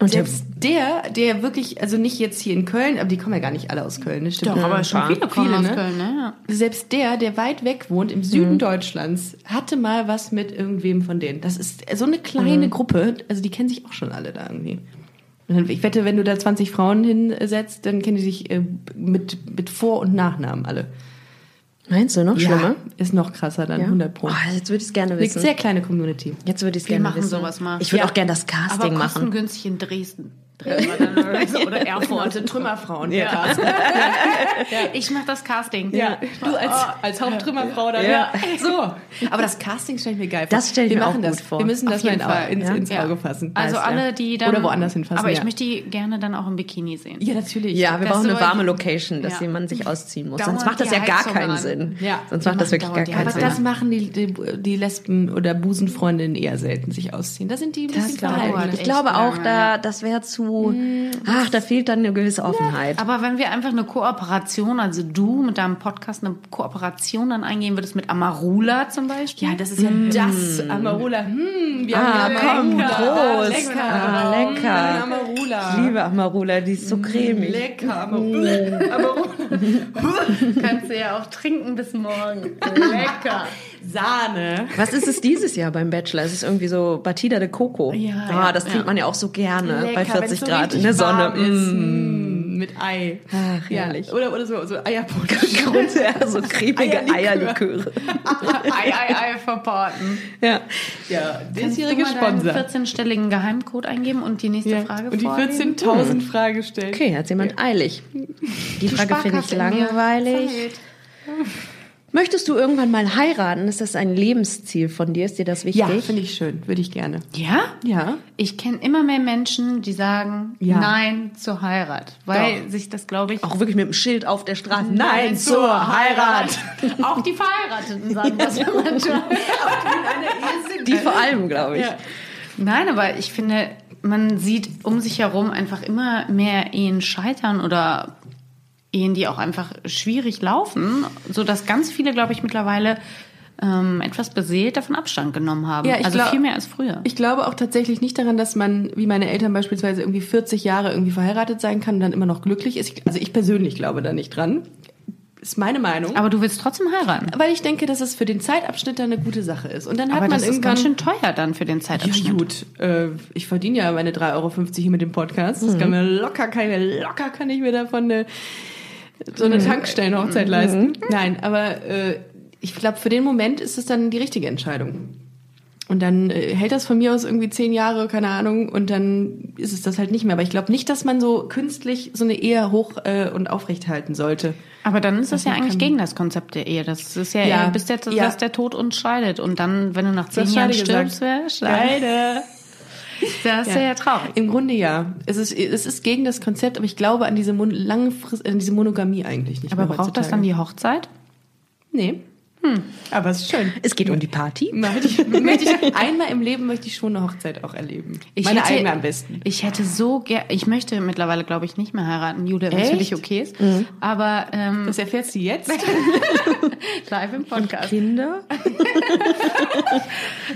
Und der-
selbst der, der wirklich, also nicht jetzt hier in Köln, aber die kommen ja gar nicht alle aus Köln, das stimmt.
Doch, aber schon viele kommen aus
ne?
Köln, ne?
Selbst der, der weit weg wohnt im Süden Deutschlands, hatte mal was mit irgendwem von denen. Das ist so eine kleine Gruppe, also die kennen sich auch schon alle da irgendwie. Und dann- Ich wette, wenn du da 20 Frauen hinsetzt, dann kennen die sich äh, mit, mit Vor- und Nachnamen alle.
Meinst du noch schlimmer?
Ist noch krasser dann,
Ja.
100 Pro.
Oh, jetzt würde ich es gerne
Eine
wissen.
sehr kleine Community.
Jetzt würde ich es
Wir
gerne
machen
wissen.
sowas mal.
Ich würde
Ja.
auch gerne das Casting
Aber
machen.
kostengünstig in Dresden. Drehen wir dann oder so. oder
Erfurt.
Erfurt.
Trümmerfrauen.
Ja. Ich mache das Casting.
Ja. Ah.
Du als, als Haupttrümmerfrau dann.
Ja.
Ja. So.
Aber das Casting stelle ich mir geil vor.
Das stell ich
wir
mir
machen
auch
das.
gut vor.
Wir müssen
Auf
das mal in,
jeden Fall,
ins,
ja.
ins
Ja.
Auge fassen.
Also
Weißt du, ja.
alle, die dann.
Oder woanders hinfassen.
Aber ich
ja.
möchte die gerne dann auch im Bikini sehen.
Ja, natürlich.
Ja, wir
Das
brauchen eine
soll-
warme Location, dass
Ja.
jemand sich ausziehen muss.
Dauernd
Sonst macht das
die
ja gar
Heizung
keinen
an.
Sinn.
Ja.
Sonst macht das
Die
wirklich gar
machen dauernd die
Aber
Also,
keinen
das
Sinn.
machen die, die, die Lesben oder Busenfreundinnen eher selten, sich ausziehen. Da sind die ein bisschen
dauert
verhalten.
echt
Ich glaube auch,
lange,
da, das wäre zu.
Mhm.
Ach, da fehlt dann eine gewisse Offenheit.
Aber wenn wir einfach eine Kooperation, also du mit deinem Podcast eine Kooperation dann eingehen würdest mit Amarula zum Beispiel. Hm.
Ja, das ist ja das Amarula. Hm, wir
Ah,
haben hier
komm,
Amarula.
Prost.
Lecker.
Ah, lecker.
Mm, Amarula.
Ich liebe Amarula, die ist so cremig.
Mhm. Lecker, Amarula.
kannst du ja auch trinken bis morgen. Lecker.
Sahne.
Was ist es dieses Jahr beim Bachelor? Es ist irgendwie so Batida de Coco.
Ja,
ah,
ja,
das trinkt
ja.
man ja auch so gerne
Lecker,
bei
wenn's
40
so
Grad
richtig
in der Sonne.
warm Ist.
Mm.
Mm, mit Ei.
Ach, herrlich.
Ja. Oder, oder so, so Eierpunsch.
Ja, so cremige
Eierlikör.
Eierliköre.
Ei, ei, ei verporten.
Ja.
ja, diesjährige
Diesjährige
Sponsor.
14-stelligen Geheimcode eingeben und die nächste
Ja.
Frage
Und die
vorlesen.
14.000 Frage stellen.
Okay, hat jemand eilig. Die Frage finde ich
Sparkasse in mir
langweilig.
zahlt.
Möchtest du irgendwann mal heiraten? Ist das ein Lebensziel von dir? Ist dir das wichtig?
Ja, finde ich schön. Würde ich gerne.
Ja?
Ja.
Ich kenne immer mehr Menschen, die sagen
Ja.
Nein zur Heirat, weil sich das, glaube ich,
Auch wirklich mit dem Schild auf der Straße. Nein,
zur Heirat.
auch die Verheirateten sagen das manchmal.
Die vor allem, glaube ich.
Nein, aber ich finde, man sieht um sich herum einfach immer mehr Ehen scheitern oder Ehen, die auch einfach schwierig laufen, so dass ganz viele, glaube ich, mittlerweile ähm, etwas beseelt davon Abstand genommen haben.
Ja, ich
also
glaub-
viel mehr als früher.
Ich glaube auch tatsächlich nicht daran, dass man, wie meine Eltern beispielsweise, irgendwie 40 Jahre irgendwie verheiratet sein kann und dann immer noch glücklich ist. Ich- Also ich persönlich glaube da nicht dran. Ist meine Meinung.
aber du willst trotzdem heiraten.
weil ich denke, dass es für den Zeitabschnitt dann eine gute Sache ist. Und dann hat
aber
man
das ist
irgendwann
ganz schön teuer dann für den Zeitabschnitt.
Ja, gut. Äh, ich verdiene ja meine 3,50 Euro hier mit dem Podcast. Das kann mir locker, kann ich mir locker, kann ich mir davon eine, so eine Tankstellenhochzeit leisten. Nein, aber äh, ich glaube, für den Moment ist es dann die richtige Entscheidung. Und dann äh, hält das von mir aus irgendwie zehn Jahre, keine Ahnung, und dann ist es das halt nicht mehr. Aber ich glaube nicht, dass man so künstlich so eine Ehe hoch äh, und aufrecht halten sollte.
Aber dann ist das ja eigentlich gegen das Konzept der Ehe. Das ist ja,
Ja.
eher, bis der,
Ja.
dass der Tod uns scheidet. Und dann, wenn du nach zehn
hast
Jahren
Scheide gesagt.
stirbst, wäre scheiße. Das ist ja, ja traurig.
Im Grunde ja. Es ist, es ist gegen das Konzept, aber ich glaube an diese, Mon langfrist an diese Monogamie eigentlich nicht
Aber
mehr
braucht das
heutzutage.
dann die Hochzeit?
Nee. Hm, Aber es ist schön.
Es geht um die Party.
Möchte ich, möchte ich, einmal im Leben möchte ich schon eine Hochzeit auch erleben. Meine eigene am besten.
Ich hätte so gerne, ich möchte mittlerweile, glaube ich, nicht mehr heiraten, Julia, wenn es für
Echt?
dich okay ist.
Mhm.
Aber ähm,
Das erfährst du jetzt.
live im Podcast.
Kinder?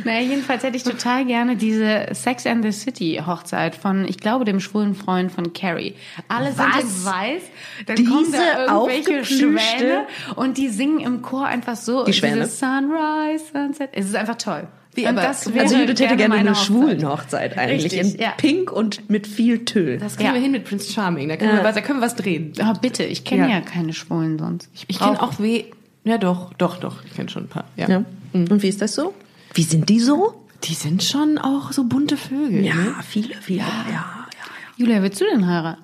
Naja, jedenfalls hätte ich total gerne diese Sex and the City Hochzeit von, ich glaube, dem schwulen Freund von Carrie. Alle sind in
Was?
weiß, dann
Diese
kommen da irgendwelche
aufgeplüschte-
Schwäne und die singen im Chor einfach so.
Die Schwäne.
dieses Sunrise, Sunset. Es ist einfach toll.
Wie,
und
aber-
das wäre
Also Judith hätte gerne
meine
eine
Hochzeit.
Schwulenhochzeit eigentlich.
Richtig,
in
ja.
Pink und mit viel Tüll.
Das kriegen
Ja.
wir hin mit Prince Charming. Da können, wir, was, da können wir was drehen.
Oh, bitte, ich kenne
Ja.
ja. keine Schwulen sonst.
Ich
brauch-
kenne auch weh. Ja, doch, doch, doch. Ich kenne schon ein paar. Ja.
ja. Und wie ist das so? Wie sind die so?
Die sind schon auch so bunte Vögel. Ne?
viele, viele. Ja, ja, ja.
Julia, willst du denn heiraten?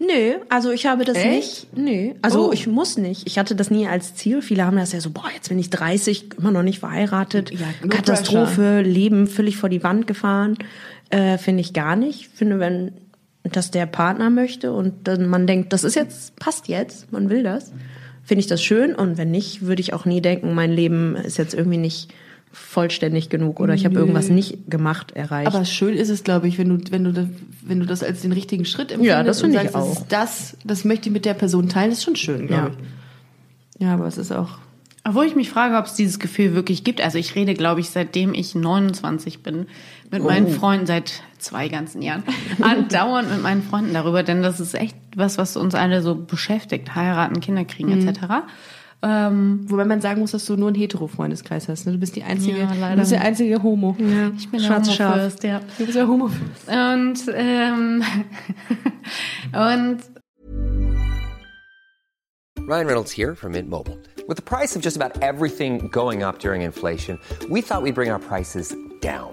Nö, also ich habe das
Echt?
nicht. Nö, also
Oh.
ich muss nicht. Ich hatte das nie als Ziel. Viele haben das ja so, boah, jetzt bin ich 30, immer noch nicht verheiratet.
Ja, no
Katastrophe, Leben völlig vor die Wand gefahren. Äh, finde ich gar nicht. Ich finde, wenn das der Partner möchte und dann man denkt, das ist jetzt, passt jetzt, man will das, finde ich das schön. Und wenn nicht, würde ich auch nie denken, mein Leben ist jetzt irgendwie nicht vollständig genug oder ich habe irgendwas nicht gemacht, erreicht.
Aber schön ist es, glaube ich, wenn du, wenn, du das, wenn du das als den richtigen Schritt empfindest
Ja, das
und
finde ich
sagst, das
auch.
ist das, das möchte ich mit der Person teilen, ist schon schön, glaube
Ja.
ich. Ja, aber es ist auch.
Obwohl ich mich frage, ob es dieses Gefühl wirklich gibt. Also ich rede, glaube ich, seitdem ich 29 bin, mit meinen Freunden seit zwei ganzen Jahren, andauernd mit meinen Freunden darüber, denn das ist echt was, was uns alle so beschäftigt. Heiraten, Kinder kriegen etc. Ähm,
Wobei man sagen muss, dass du nur einen Hetero-Freundeskreis hast. Ne? Du bist die einzige,
Ja, leider.
du bist der einzige Homo.
ich bin
Schwarz
der
scharf.
Homo First, ja.
Du bist ja Homo.
Und, ähm, und
Ryan Reynolds here from Mint Mobile. With the price of just about everything going up during inflation, we thought we'd bring our prices down.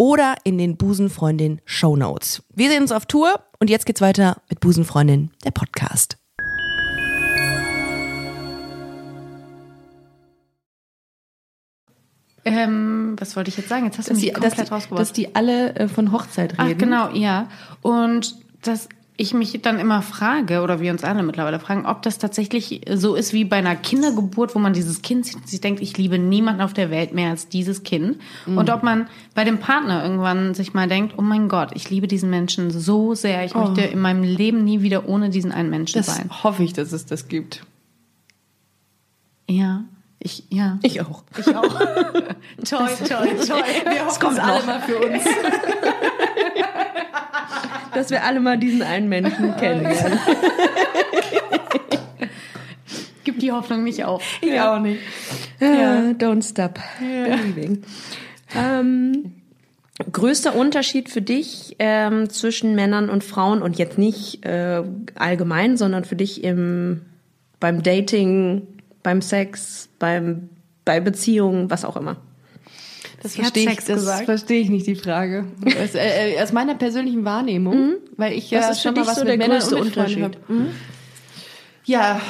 oder in den Busenfreundin Shownotes. Wir sehen uns auf Tour und jetzt geht's weiter mit Busenfreundin, der Podcast.
Ähm, was wollte ich jetzt sagen? Jetzt hast du mich komplett rausgeworfen.
die alle äh, von Hochzeit
Ach, genau, ja. Und dass ich mich dann immer frage, oder wir uns alle mittlerweile fragen, ob das tatsächlich so ist wie bei einer Kindergeburt, wo man dieses Kind sieht und sich denkt, ich liebe niemanden auf der Welt mehr als dieses Kind.
Mhm.
Und ob man bei dem Partner irgendwann sich mal denkt, oh mein Gott, ich liebe diesen Menschen so sehr,
Oh.
ich möchte in meinem Leben nie wieder ohne diesen einen Menschen sein.
hoffe ich, dass es das gibt.
Ja. Ich, ja.
Ich auch.
Ich auch. toi, toi, toi.
Wir hoffen kommt alle mal für uns.
Dass wir alle mal diesen einen Menschen kennen.
Gib die Hoffnung nicht auf.
Ich auch nicht. Ja, don't stop believing. Ähm, größter Unterschied für dich ähm, zwischen Männern und Frauen und jetzt nicht äh, allgemein, sondern für dich im beim Dating, beim Sex, beim bei Beziehungen, was auch immer.
Das
hat
verstehe ich,
Sex
das
gesagt.
verstehe ich nicht, die Frage. Aus, äh, aus meiner persönlichen Wahrnehmung, weil ich ja
Was Mhm. ist für
schon mal
dich
was
so
mit
der
Männern und
größte
mit Frauen
Unterschied? Mhm.
hab. Ja,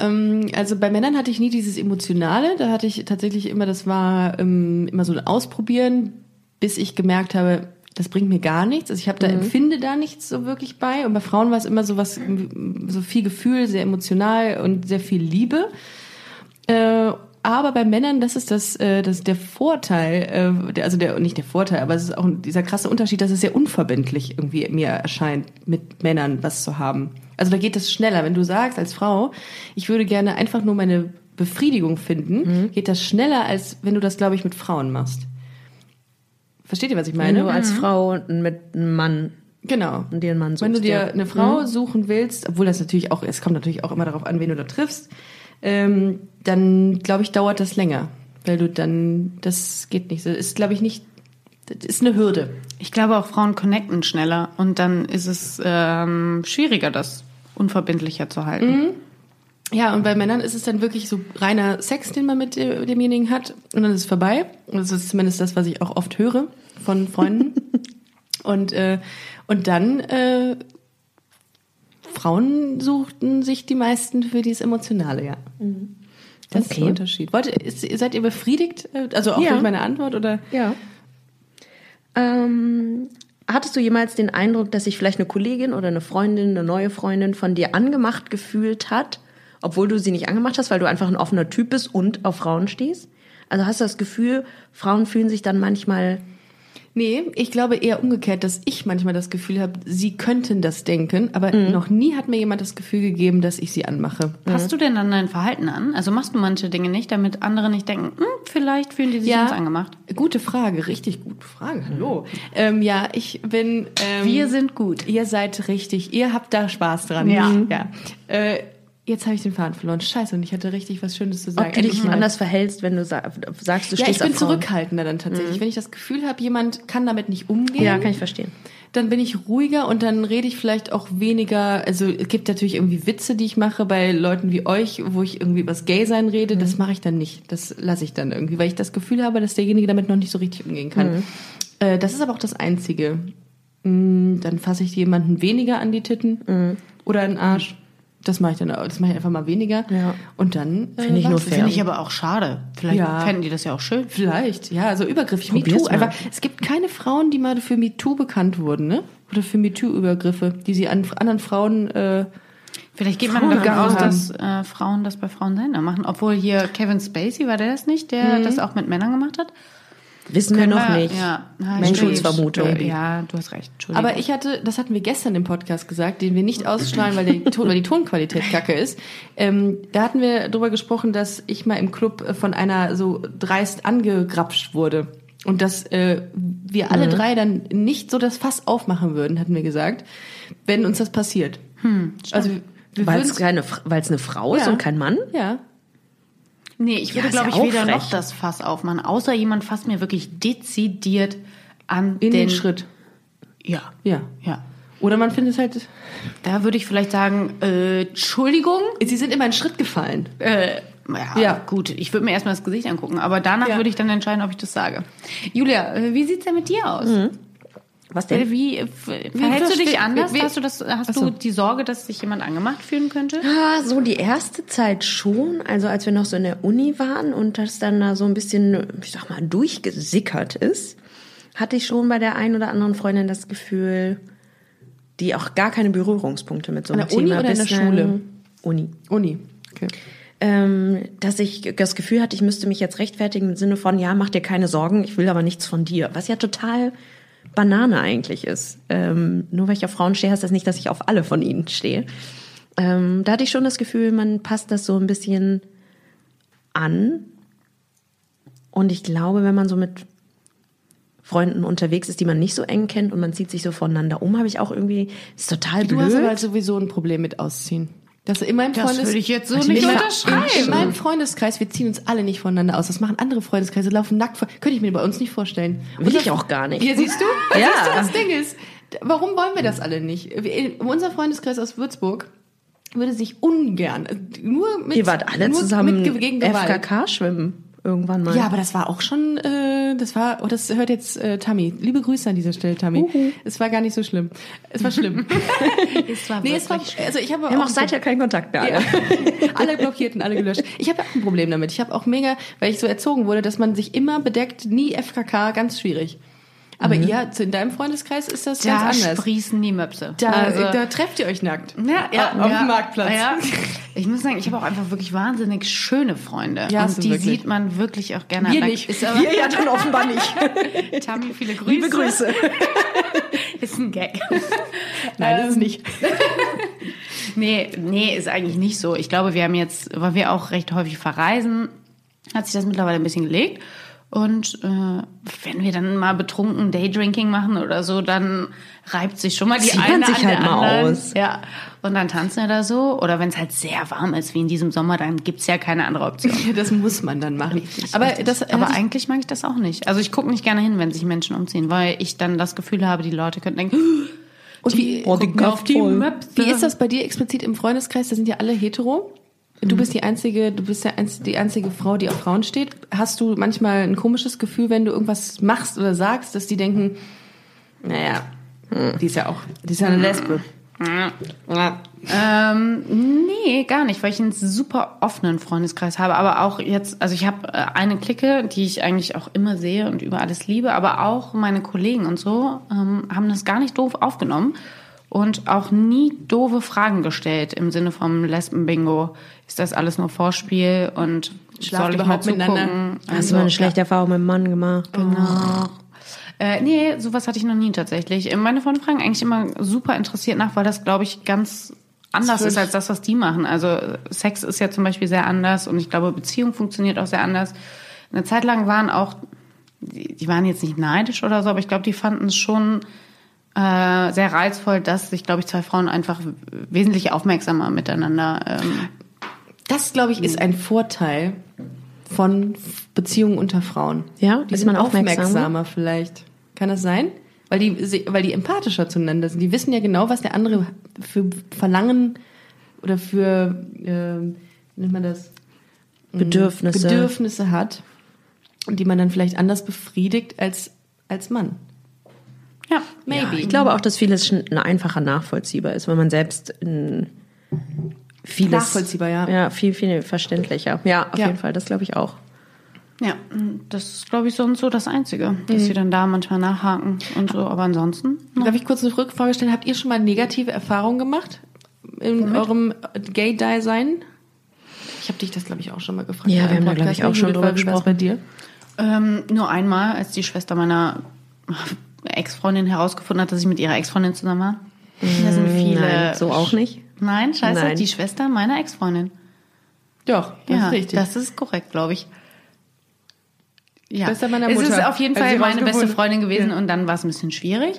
ähm, also bei Männern hatte ich nie dieses Emotionale. Da hatte ich tatsächlich immer, das war ähm, immer so ein Ausprobieren, bis ich gemerkt habe, das bringt mir gar nichts. Also ich habe da
Mhm.
empfinde da nichts so wirklich bei. Und bei Frauen war es immer so was, ähm, so viel Gefühl, sehr emotional und sehr viel Liebe. Äh, aber bei Männern, das ist das, äh, das ist der Vorteil, äh, der, also der nicht der Vorteil, aber es ist auch ein- dieser krasse Unterschied, dass es sehr unverbindlich irgendwie mir erscheint, mit Männern was zu haben. Also da geht es schneller, wenn du sagst als Frau, ich würde gerne einfach nur meine Befriedigung finden,
Mhm.
geht das schneller als wenn du das, glaube ich, mit Frauen machst. Versteht ihr, was ich
Wenn
meine?
du als Frau mit einem Mann
Genau.
Und dir einen Mann
Wenn du
suchst,
dir
ja. Mhm.
eine Frau suchen willst, obwohl das natürlich auch, es kommt natürlich auch immer darauf an, wen du da triffst, ähm, dann glaube ich, dauert das länger. Weil du dann, das geht nicht. Das ist, glaube ich, nicht, das ist eine Hürde.
Ich glaube, auch Frauen connecten schneller und dann ist es ähm, schwieriger, das unverbindlicher zu halten.
Mhm.
Ja, und bei Männern ist es dann wirklich so reiner Sex, den man mit äh, demjenigen hat. Und dann ist es vorbei. Und das ist zumindest das, was ich auch oft höre von Freunden. und, äh, und dann, äh, Frauen suchten sich die meisten für dieses Emotionale, ja. Das ist der
Mhm. Okay.
Unterschied. Wollt, ihr- ist, seid ihr befriedigt? Äh, Also auch
Ja.
durch meine Antwort oder?
Ja. Ähm, hattest du jemals den Eindruck, dass sich vielleicht eine Kollegin oder eine Freundin, eine neue Freundin von dir angemacht gefühlt hat, obwohl du sie nicht angemacht hast, weil du einfach ein offener Typ bist und auf Frauen stehst? Also hast du das Gefühl, Frauen fühlen sich dann manchmal
Nee, ich glaube eher umgekehrt, dass ich manchmal das Gefühl habe, sie könnten das denken, aber
Mhm.
noch nie hat mir jemand das Gefühl gegeben, dass ich sie anmache.
Passt du denn dann dein Verhalten an? Also machst du manche Dinge nicht, damit andere nicht denken, hm, vielleicht fühlen die sich uns angemacht.
Gute Frage, richtig gute Frage. Hallo. Ähm, ja, ich bin. Ähm,
Wir sind gut.
Ihr seid richtig. Ihr habt da Spaß dran.
Ja.
ja. Äh, jetzt habe ich den Faden verloren. Scheiße, und ich hatte richtig was Schönes zu sagen.
ob du dich
Endlich mal.
anders verhältst, wenn du sa- sagst, du
Ja, ich
stehst
bin
auf Frauen?
zurückhaltender dann tatsächlich. Wenn ich das Gefühl habe, jemand kann damit nicht umgehen,
Ja, kann ich verstehen.
dann bin ich ruhiger und dann rede ich vielleicht auch weniger. Also es gibt natürlich irgendwie Witze, die ich mache bei Leuten wie euch, wo ich irgendwie über das Gay-Sein rede.
Mhm.
Das mache ich dann nicht. Das lasse ich dann irgendwie, weil ich das Gefühl habe, dass derjenige damit noch nicht so richtig umgehen
Mhm.
kann. Äh, das ist aber auch das Hm,
Mhm.
Einzige. Mm, Dann fasse ich jemanden weniger an die Titten oder an den Arsch. Das mache ich dann, das mache ich einfach mal weniger.
Ja.
Und dann äh,
Finde ich nur
war's das.
fair.
Finde ich aber auch schade. Vielleicht
Ja.
fänden die das ja auch schön.
Vielleicht, ja, also übergriffig.
Probier's
MeToo,
mal.
einfach. Es gibt keine Frauen, die mal für MeToo bekannt wurden, ne? Oder für MeToo-Übergriffe, die sie an anderen Frauen, äh,
Vielleicht geht man davon
Frauen
aus,
haben.
dass äh, Frauen das bei Frauen seltener machen. Obwohl hier Kevin Spacey, war der das nicht, der das auch mit Männern gemacht hat?
Wissen wir Mhm. noch
Ja,
nicht.
Ja.
Menschenrechtsvermutung.
Menschenrechtsvermutung. Ja, du hast recht. Entschuldigung.
aber ich hatte, das hatten wir gestern im Podcast gesagt, den wir nicht ausstrahlen, weil, der Ton, weil die Tonqualität kacke ist. Ähm, da hatten wir drüber gesprochen, dass ich mal im Club äh, von einer so dreist angegrapscht wurde. Und dass äh, wir alle drei dann nicht so das Fass aufmachen würden, hatten wir gesagt, wenn uns das passiert. Hm, also wir
Weil
würden
es keine, Fra- weil's eine Frau ist
Ja.
und kein Mann?
ja
Nee, ich würde,
ist
glaube
ja
ich,
auch
weder
frech.
noch das Fass aufmachen, außer jemand fasst mir wirklich dezidiert an
in den Schritt.
Ja.
Ja.
Ja.
Oder man findet halt,
Da würde ich vielleicht sagen, äh, Entschuldigung.
sie sind immer einen Schritt gefallen.
Äh, ja,
Ja.
gut, ich würde mir erstmal das Gesicht angucken, aber danach
Ja.
würde ich dann entscheiden, ob ich das sage. Julia, äh, wie sieht's denn mit dir aus?
Was denn?
Äh, Wie, äh, verhältst du
verste-
dich anders?
wie-
hast du, das, hast du die Sorge, dass sich jemand angemacht fühlen könnte?
Ja, Ah, so die erste Zeit schon, also als wir noch so in der Uni waren und das dann da so ein bisschen, ich sag mal, durchgesickert ist, hatte ich schon bei der einen oder anderen Freundin das Gefühl, die auch gar keine Berührungspunkte mit so
An
einem
der Uni
Thema
oder in der
bislang-
Schule?
Uni.
Uni. Okay.
Ähm, dass ich das Gefühl hatte, ich müsste mich jetzt rechtfertigen im Sinne von, ja, mach dir keine Sorgen, ich will aber nichts von dir. Was ja total Banane eigentlich ist. Ähm, nur weil ich auf Frauen stehe, heißt das nicht, dass ich auf alle von ihnen stehe. Ähm, da hatte ich schon das Gefühl, man passt das so ein bisschen an. Und ich glaube, wenn man so mit Freunden unterwegs ist, die man nicht so eng kennt und man zieht sich so voneinander um, habe ich auch irgendwie, ist total
Du
blöd.
hast aber halt sowieso ein Problem mit Ausziehen. Das in meinem
Das
Freundes-
würde ich jetzt so
in
nicht
meinem-
unterschreiben.
In meinem Freundeskreis, wir ziehen uns alle nicht voneinander aus. Das machen andere Freundeskreise, laufen nackt vor. Könnte ich mir bei uns nicht vorstellen.
Will
Unser-
ich auch gar nicht.
Ja, siehst du?
Ja.
Siehst du, das Ding ist, d- warum wollen wir das alle nicht? Wir- Unser Freundeskreis aus Würzburg würde sich ungern, äh, nur mit,
Ihr wart alle
nur
zusammen
mit, Ge- gegen Gewalt.
FKK schwimmen irgendwann mal.
Ja, aber das war auch schon, äh, das war, oh, das hört jetzt äh, Tammy. Liebe Grüße an dieser Stelle, Tammy. Es war gar nicht so schlimm. Es war schlimm.
Es war
nee, es war, also ich habe
Wir haben auch seither keinen Kontakt mehr.
ja.
alle.
alle blockierten, alle gelöscht. Ich habe auch ein Problem damit. Ich habe auch mega, weil ich so erzogen wurde, dass man sich immer bedeckt, nie FKK, ganz schwierig. Aber ihr, zu- in deinem Freundeskreis ist das
da
ganz anders.
sprießen die Möpse.
Da,
Also-
da trefft ihr euch nackt.
Ja, ja,
auf
ja.
dem Marktplatz.
Ja. Ich muss sagen, ich habe auch einfach wirklich wahnsinnig schöne Freunde.
Ja, hast du
und die
wirklich.
sieht man wirklich auch gerne.
Wir
an der-
nicht.
Ist aber,
Wir ja dann offenbar nicht.
Tammy, viele Grüße.
Liebe Grüße.
Ist ein Gag. Ähm,
Nein, das ist nicht.
Nee, nee, ist eigentlich nicht so. Ich glaube, wir haben jetzt, weil wir auch recht häufig verreisen, hat sich das mittlerweile ein bisschen gelegt. Und äh, wenn wir dann mal betrunken Daydrinking machen oder so, dann reibt sich schon mal die
Zieht man
eine
sich
an der
halt mal
anderen.
aus.
Ja. Und dann tanzen wir da so. Oder wenn es halt sehr warm ist, wie in diesem Sommer, dann gibt's ja keine andere Option.
Das muss man dann machen. aber das,
aber
hatte ich-
eigentlich mag ich das auch nicht. Also ich gucke nicht gerne hin, wenn sich Menschen umziehen, weil ich dann das Gefühl habe, die Leute könnten denken,
Und wie,
oh, die auf die Möpse.
wie ist das bei dir explizit im Freundeskreis? Da sind ja alle hetero. Du bist die einzige, du bist ja einz- die einzige Frau, die auf Frauen steht. Hast du manchmal ein komisches Gefühl, wenn du irgendwas machst oder sagst, dass die denken, naja, hm, die ist ja auch, die ist ja eine Lesbe.
Ähm, nee, gar nicht, weil ich einen super offenen Freundeskreis habe. Aber auch jetzt, also ich habe äh, eine Clique, die ich eigentlich auch immer sehe und über alles liebe, aber auch meine Kollegen und so ähm, haben das gar nicht doof aufgenommen und auch nie doofe Fragen gestellt im Sinne vom Lesben-Bingo. Ist das alles nur Vorspiel und
Schlaft
soll ich mal
überhaupt
zugucken? Also
miteinander?
Hast du mal eine schlechte Erfahrung mit dem Mann gemacht?
Genau. Äh, nee, sowas hatte ich noch nie tatsächlich. Äh, Meine Freunde fragen eigentlich immer super interessiert nach, weil das, glaube ich, ganz anders ist als das, was die machen. Also äh, Sex ist ja zum Beispiel sehr anders und ich glaube, Beziehung funktioniert auch sehr anders. Eine Zeit lang waren auch, die, die waren jetzt nicht neidisch oder so, aber ich glaube, die fanden es schon äh, sehr reizvoll, dass sich, glaube ich, zwei Frauen einfach wesentlich aufmerksamer miteinander ähm,
Das, glaube ich,
Mhm.
ist ein Vorteil von F- Beziehungen unter Frauen.
Ja,
die
ist
sind
man aufmerksamer?
aufmerksamer vielleicht. Kann das sein? Weil die, se- weil die empathischer zueinander sind. Die wissen ja genau, was der andere für Verlangen oder für, ähm, wie nennt man das?
Mhm. Bedürfnisse.
Bedürfnisse hat. Und die man dann vielleicht anders befriedigt als, als Mann.
ja,
Maybe.
Ich glaube auch, dass vieles schn- einfacher nachvollziehbar ist, wenn man selbst in vieles.
Nachvollziehbar, ja.
Ja, viel, viel verständlicher. Ja, auf
Ja.
jeden Fall, das glaube ich auch.
Ja, das ist, glaube ich, so und so das Einzige, dass
Mhm.
sie dann da manchmal nachhaken und so. Aber ansonsten,
Hm. Darf ich kurz eine Rückfrage stellen? Habt ihr schon mal negative Erfahrungen gemacht in eurem Gay-Dasein? Ich habe dich das, glaube ich, auch schon mal gefragt.
Ja,
in
wir
einem
haben da, glaub
Podcast.
ich, auch schon
Judith,
drüber
wie war's
gesprochen.
bei dir?
ähm, nur einmal, als die Schwester meiner Ex-Freundin herausgefunden hat, dass ich mit ihrer Ex-Freundin zusammen war. Da sind
Mhm,
viele.
Mm, Nein, so auch nicht.
Nein, scheiße,
Nein.
die Schwester meiner Ex-Freundin.
Doch, das
ja,
ist richtig.
Das ist korrekt, glaube ich. Ja.
Schwester meiner
Es ist
Mutter.
auf jeden
Hat sie
Fall meine beste
rausgefunden.
Freundin gewesen und dann war es ein bisschen schwierig.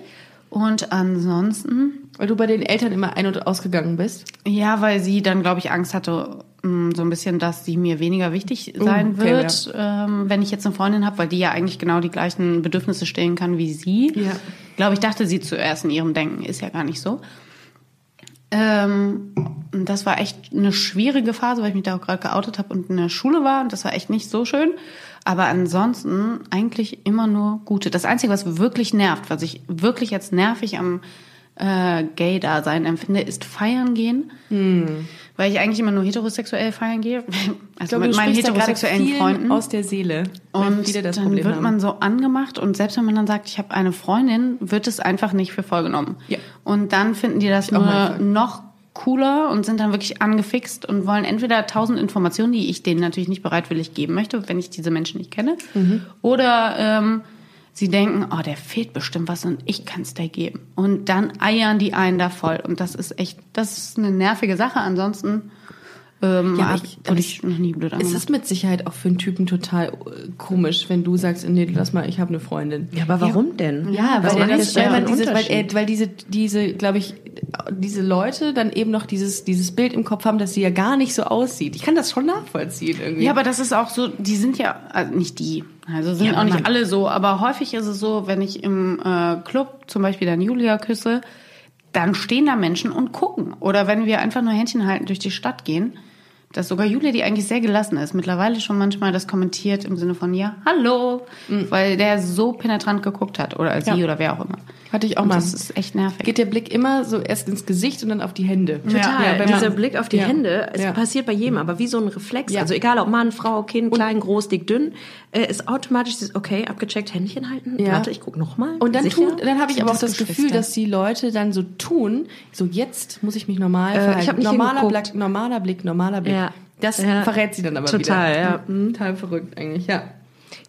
Und ansonsten
Weil du bei den Eltern immer ein- und ausgegangen bist.
Ja, weil sie dann, glaube ich, Angst hatte, mh, so ein bisschen, dass sie mir weniger wichtig sein
Oh, okay,
wird, ähm, wenn ich jetzt eine Freundin habe, weil die ja eigentlich genau die gleichen Bedürfnisse stillen kann wie sie.
Ja.
Glaube ich, dachte sie zuerst in ihrem Denken, ist ja gar nicht so. Ähm, und das war echt eine schwierige Phase, weil ich mich da auch gerade geoutet habe und in der Schule war. Und das war echt nicht so schön. Aber ansonsten eigentlich immer nur gute. Das Einzige, was wirklich nervt, was ich wirklich jetzt nervig am äh, Gay-Dasein empfinde, ist feiern gehen. Weil ich eigentlich immer nur heterosexuell feiern gehe. Also mit meinen heterosexuellen Freunden.
aus der Seele.
Und
viele das
dann
Problem
wird
haben.
man so angemacht und selbst wenn man dann sagt, ich habe eine Freundin, wird es einfach nicht für voll genommen.
Ja.
Und dann finden die das
auch
nur
manchmal.
noch cooler und sind dann wirklich angefixt und wollen entweder tausend Informationen, die ich denen natürlich nicht bereitwillig geben möchte, wenn ich diese Menschen nicht kenne,
Mhm.
oder ähm, sie denken, oh, der fehlt bestimmt was und ich kann es dir geben. Und dann eiern die einen da voll und das ist echt, das ist eine nervige Sache. Ansonsten ähm,
Ja, aber
hab-
ich-
wurde ich noch nie blöd
Es
angemacht.
ist mit Sicherheit auch für einen Typen total äh, komisch, wenn du sagst, nee, lass mal, ich habe eine Freundin.
Ja, aber warum denn? Also
Ja,
Was
weil,
macht
der das,
jetzt
weil,
da
man
einen
diese, weil,
Unterschied?
er, weil diese, diese, glaube ich, diese Leute dann eben noch dieses, dieses Bild im Kopf haben, dass sie ja gar nicht so aussieht. Ich kann das schon nachvollziehen irgendwie.
Ja, aber das ist auch so, die sind ja, also nicht die, also sind
Ja,
auch nicht
Mann.
alle so, aber häufig ist es so, wenn ich im äh, Club zum Beispiel dann Julia küsse, dann stehen da Menschen und gucken. Oder wenn wir einfach nur Händchen halten durch die Stadt gehen, dass sogar Julia, die eigentlich sehr gelassen ist, mittlerweile schon manchmal das kommentiert im Sinne von, ja, hallo, weil der so penetrant geguckt hat oder sie
Ja.
oder wer auch immer.
Hatte ich auch
und
mal.
Das ist echt nervig.
Geht der Blick immer so erst ins Gesicht und dann auf die Hände.
Total.
Ja,
Ja,
wenn man-
dieser Blick auf die
Ja.
Hände, es
Ja. Mhm.
passiert bei jedem, aber wie so ein Reflex.
Ja.
Also egal ob Mann, Frau, Kind, klein, groß, dick, dünn, äh, ist automatisch dieses, okay, abgecheckt, Händchen halten.
Ja.
Warte, ich guck nochmal.
Und dann,
Sicher?
tun, dann habe ich
Sind
aber auch
das
das Gefühl,
Geschwister?
dass die Leute dann so tun, so jetzt muss Äh, ich mich normal verhalten.
ich habe nicht
normaler
hingeguckt.
Blick, normaler Blick, normaler Blick.
Ja.
Das
Ja.
verrät sie dann aber
Total,
wieder.
ja.
Mhm, Total verrückt eigentlich, ja.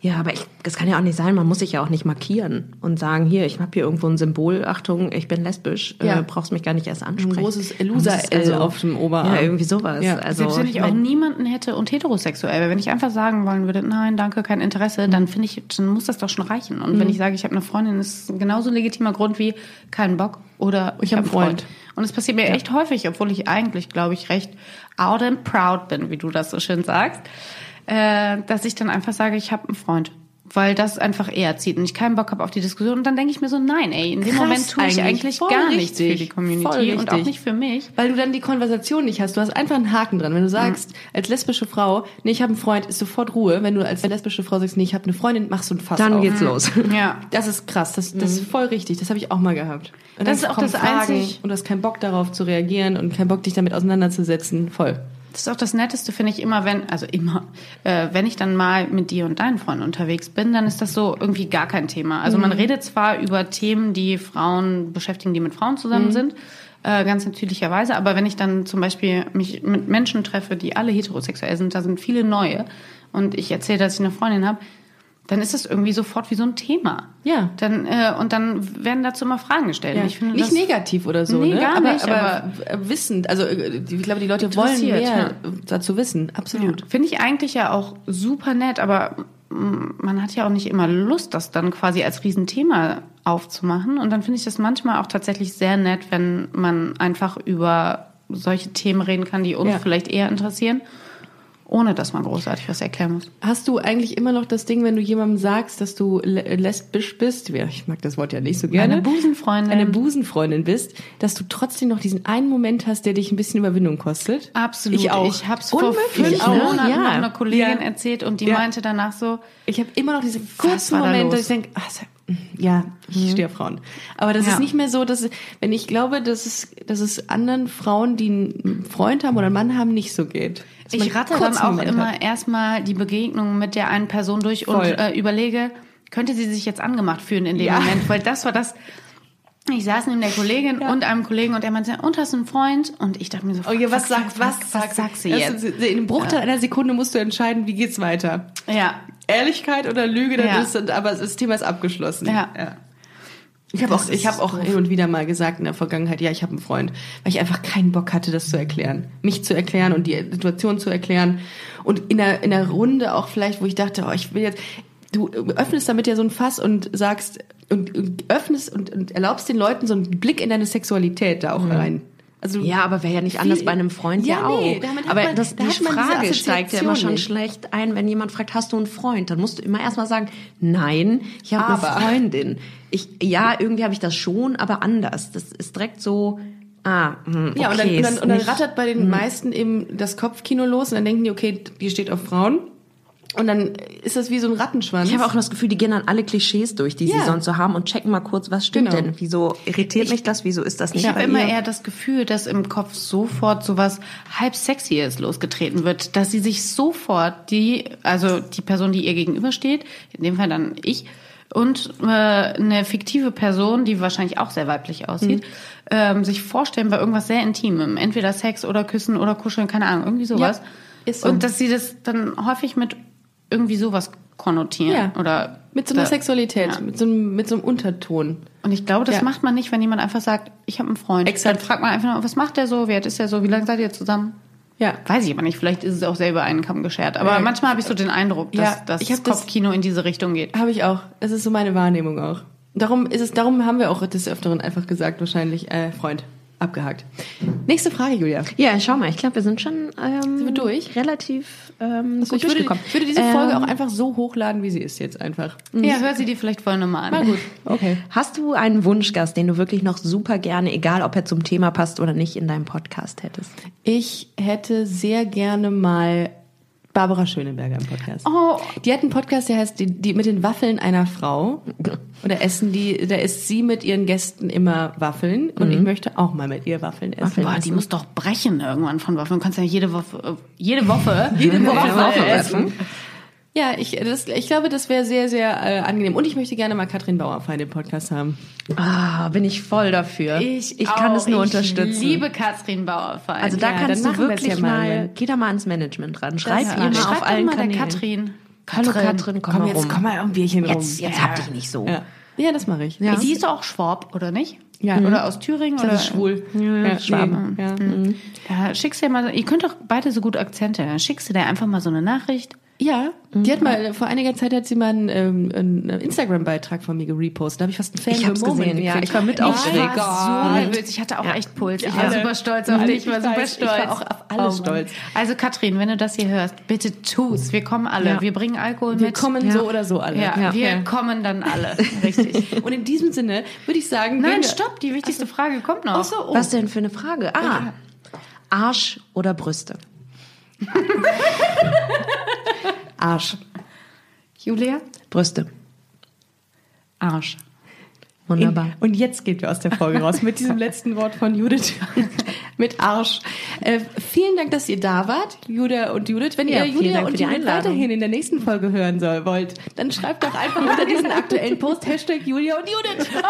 Ja, aber ich, das kann ja auch nicht sein. Man muss sich ja auch nicht markieren und sagen, hier, ich habe hier irgendwo ein Symbol, Achtung, ich bin lesbisch,
Ja.
äh, brauchst mich gar nicht erst ansprechen.
großes
Man muss es also
Loser-L auf dem Oberarm.
Ja, irgendwie sowas.
Ja.
Also,
Selbst wenn
ich
ich auch
mein,
niemanden hätte und heterosexuell wäre, wenn ich einfach sagen wollen würde, nein, danke, kein Interesse, dann finde ich, dann muss das doch schon reichen. Und
Mhm.
wenn ich sage, ich habe eine Freundin, ist genauso legitimer Grund wie keinen Bock oder ich,
hab
habe einen Freund.
Freund.
Und es passiert mir echt häufig, obwohl ich eigentlich, glaube ich, recht out and proud bin, wie du das so schön sagst, äh, dass ich dann einfach sage, ich habe einen Freund. Weil das einfach eher zieht und ich keinen Bock habe auf die Diskussion. Und dann denke ich mir so, nein, ey, in dem
Krass
Moment tue ich
eigentlich.
eigentlich
Voll
gar
richtig.
nichts für die
Voll
Community und
richtig.
auch nicht für mich.
Weil du dann die Konversation nicht hast. Du hast einfach einen Haken dran. Wenn du sagst, als lesbische Frau, nee, ich habe einen Freund, ist sofort Ruhe. Wenn du als lesbische Frau sagst, nee, ich habe eine Freundin, machst du ein Fass
dann
auf.
geht's los.
Ja,
Das ist krass, das, das ist voll richtig, das habe ich auch mal gehabt. Und
Das
dann
ist auch
kommen
das einzig-
Und du hast keinen Bock darauf zu reagieren und keinen Bock, dich damit auseinanderzusetzen. Voll.
Das ist auch das Netteste, finde ich, immer, wenn, also immer, äh, wenn ich dann mal mit dir und deinen Freunden unterwegs bin, dann ist das so irgendwie gar kein Thema. Also
Mhm.
man redet zwar über Themen, die Frauen beschäftigen, die mit Frauen
Mhm.
zusammen sind, äh, ganz natürlicherweise, aber wenn ich dann zum Beispiel mich mit Menschen treffe, die alle heterosexuell sind, da sind viele neue, und ich erzähle, dass ich eine Freundin habe, dann ist das irgendwie sofort wie so ein Thema.
Ja.
Dann, äh, und dann werden dazu immer Fragen gestellt. Und Ich finde
nicht
das,
negativ oder so,
Nee,
ne?
gar
aber,
nicht,
aber, wissend, also äh, die- ich glaube, die Leute wollen
Interessiert,
mehr
ja.
dazu wissen, absolut.
Ja. Finde ich eigentlich ja auch super nett, aber mm, man hat ja auch nicht immer Lust, das dann quasi als Riesenthema aufzumachen. Und dann finde ich das manchmal auch tatsächlich sehr nett, wenn man einfach über solche Themen reden kann, die uns
Ja.
vielleicht eher interessieren, ohne dass man großartig was erklären muss.
Hast du eigentlich immer noch das Ding, wenn du jemandem sagst, dass du le- äh, lesbisch bist, ja, ich mag das Wort ja nicht so gerne,
Eine Busenfreundin.
eine Busenfreundin bist, dass du trotzdem noch diesen einen Moment hast, der dich ein bisschen Überwindung kostet?
Absolut.
Ich auch.
Ich habe es vor
Unmöglich,
fünf
ne?
Monaten
Ja.
noch einer Kollegin
Ja.
erzählt und die
Ja.
meinte danach so,
Ich habe immer noch diese
war
kurzen
da
Momente,
los? Mhm.
dass ich ah, denke, ach, hm, ja, ich stehe auf Frauen. Aber das
Ja.
ist nicht mehr so, dass, wenn ich glaube, dass es, dass es anderen Frauen, die einen Freund haben oder einen Mann haben, nicht so geht. Dass man
Ich ratte
einen
dann
kurzen
auch
Moment
immer
hat.
erstmal die Begegnung mit der einen Person durch und
Voll.
äh, überlege, könnte sie sich jetzt angemacht fühlen in dem
Ja.
Moment? Weil das war das. Ich saß neben der Kollegin und einem Kollegen und er meinte, und hast du einen Freund? Und ich dachte mir so,
Oh ja, was
fuck,
sagt,
fuck,
was,
fuck, was sagt sie
Das
jetzt?
ist- Also, In einem Bruchteil einer Sekunde musst du entscheiden, wie geht's weiter.
Ja.
Ehrlichkeit oder Lüge, dann
Ja.
ist, aber das Thema ist abgeschlossen.
Ja.
Ich habe auch,
Das
ich
ist
hab auch hin und wieder mal gesagt in der Vergangenheit, ja, ich habe einen Freund, weil ich einfach keinen Bock hatte, das zu erklären. Mich zu erklären und die Situation zu erklären. Und in der, in der Runde auch vielleicht, wo ich dachte, oh, ich will jetzt, du öffnest damit ja so ein Fass und sagst, und, und öffnest und, und erlaubst den Leuten so einen Blick in deine Sexualität da auch rein. Also,
Ja, aber wäre ja nicht anders bei einem Freund ja,
Ja, nee,
auch.
damit hat
aber
man-
das,
da
die
hat man diese
Frage steigt ja immer schon
Assoziation
schlecht ein, wenn jemand fragt, hast du einen Freund? Dann musst du immer erstmal sagen, nein, ich habe eine
Aber.
Freundin. Ich, ja, irgendwie habe ich das schon, aber anders. Das ist direkt so, ah, hm, okay,
Ja, und dann, und dann,
ist
und dann
nicht-
rattert bei den meisten eben das Kopfkino los und dann denken die, okay, die steht auf Frauen. Und dann ist das wie so ein Rattenschwanz.
Ich habe auch das Gefühl, die gehen dann alle Klischees durch, die
Ja.
sie sonst so haben und checken mal kurz, was stimmt
Genau.
denn? Wieso irritiert mich das? Wieso ist das nicht
Ich habe
bei
immer
ihr?
eher das Gefühl, dass im Kopf sofort sowas halb Sexyes losgetreten wird, dass sie sich sofort die, also die Person, die ihr gegenübersteht, in dem Fall dann ich, und äh, eine fiktive Person, die wahrscheinlich auch sehr weiblich
Mhm.
aussieht, ähm, sich vorstellen bei irgendwas sehr Intimem. Entweder Sex oder Küssen oder Kuscheln, keine Ahnung, irgendwie sowas.
ist so.
Und dass sie das dann häufig mit irgendwie sowas konnotieren.
Ja.
Oder
mit so einer
da-
Sexualität,
Ja.
mit, so einem, mit so einem Unterton.
Und ich glaube, das
Ja.
macht man nicht, wenn jemand einfach sagt, ich habe einen Freund.
Exakt.
Dann fragt man einfach nur, was macht der so, wie alt ist der so, wie lange seid ihr zusammen?
Ja.
Weiß ich aber nicht, vielleicht ist es auch selber einen Kamm geschert. Aber
Ja.
manchmal habe ich so den Eindruck, dass
Ja,
das
ich hab das-
Kopfkino in diese Richtung geht.
Habe ich auch. Das ist so meine Wahrnehmung auch. Darum ist es, darum haben wir auch des Öfteren einfach gesagt, wahrscheinlich, äh, Freund, abgehakt. Nächste Frage, Julia.
Ja, schau mal, ich glaube, wir sind schon ähm, sind
wir durch?
relativ ähm,
Also
gut
ich, würde,
durchgekommen.
ich würde diese Folge
Ähm,
auch einfach so hochladen, wie sie ist jetzt einfach.
Ja, hör sie dir vielleicht vorher nochmal an. Na gut.
Okay.
Hast du einen Wunschgast, den du wirklich noch super gerne, egal ob er zum Thema passt oder nicht, in deinem Podcast hättest?
Ich hätte sehr gerne mal Barbara Schöneberger im Podcast.
Oh.
Die hat einen Podcast, der heißt die, die mit den Waffeln einer Frau. Und da essen die, da isst sie mit ihren Gästen immer Waffeln. Und ich möchte auch mal mit ihr Waffeln essen.
Boah, die muss doch brechen irgendwann von Waffen. Du kannst ja jede Woche, äh, jede Woche,
Jede Woche Waffeln
essen.
ja, ich, das, ich glaube, das wäre sehr, sehr äh, angenehm. Und ich möchte gerne mal Katrin Bauerfeind im Podcast haben.
Ah, bin ich voll dafür. ich kann
auch.
es nur
Oh, ich
unterstützen.
liebe Katrin Bauer. vor allem.
also da
Ja,
kannst
dann
du
machen wir es
wirklich
ja mal,
mal,
ne?
geh da mal ans Management ran. Schreib
Ja,
ihr mal
schreib
auf
doch
allen
mal der
Kanälen.
Katrin.
Hallo Katrin, komm,
Komm,
mal
jetzt
rum.
komm mal um Bierchen rum.
Jetzt, jetzt hab dich nicht so.
Ja, ja das mache ich.
Ja.
Ich-
Die ist doch auch Schwab, oder nicht?
Ja.
Mhm.
Oder aus Thüringen?
Das
oder?
ist schwul.
Ja,
Schwaben.
Schwaben.
Ja.
Ja, schickst dir mal, ihr könnt doch beide so gut Akzente, dann schickst du dir einfach mal so eine Nachricht.
Ja, die hat mal, vor einiger Zeit hat sie mal einen, ähm, einen Instagram-Beitrag von mir gerepostet. Da habe ich fast einen Fan
Ich hab's
Moment
gesehen, ja.
gekriegt.
Ich war mit aufgeregt.
war so nervös, ich hatte auch echt Puls. Ich war
alle.
super stolz auf
Alle.
dich, Also ich war
Ich
super
weiß, ich
stolz.
war auch auf alle
Mann.
stolz.
Also Katrin, wenn du das hier hörst, bitte tu's. Wir kommen alle.
Ja.
Wir bringen Alkohol
Wir
mit.
kommen so oder so alle.
Ja,
Ja.
wir
Ja.
kommen dann alle. Richtig.
Und in diesem Sinne ne? würde ich sagen,
Nein,
gehen wir-
stopp, die wichtigste Frage kommt noch.
Ach so, oh.
Was denn für eine Frage? Ah, Arsch oder Brüste? Arsch.
Julia?
Brüste.
Arsch.
Wunderbar.
Und jetzt gehen wir aus der Folge raus mit diesem letzten Wort von Judith. mit Arsch. Äh, vielen Dank, dass ihr da wart, Judah und Judith. Wenn
Ja,
ihr
vielen
Judah
Dank für
und
die
Judith
Einladung.
weiterhin in der nächsten Folge hören soll, wollt, dann schreibt doch einfach unter diesen aktuellen Post Hashtag Julia und Judith. Oh,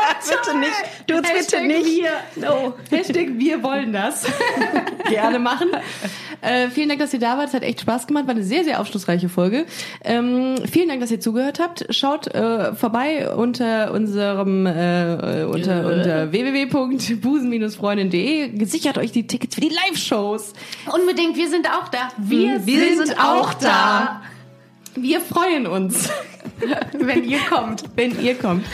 bitte nicht. Du
Hashtag Wir, no. Hashtag wir wollen das. Gerne machen. Äh, vielen Dank, dass ihr da wart. Es hat echt Spaß gemacht. War eine sehr, sehr aufschlussreiche Folge. Ähm, vielen Dank, dass ihr zugehört habt. Schaut äh, vorbei unter unserem äh, äh, unter, unter www.busen-freundin.de. Gesichert euch die Tickets für die Live-Shows.
Unbedingt, wir sind auch da. Wir,
Wir sind auch da. Wir freuen uns.
wenn ihr kommt.
wenn ihr kommt.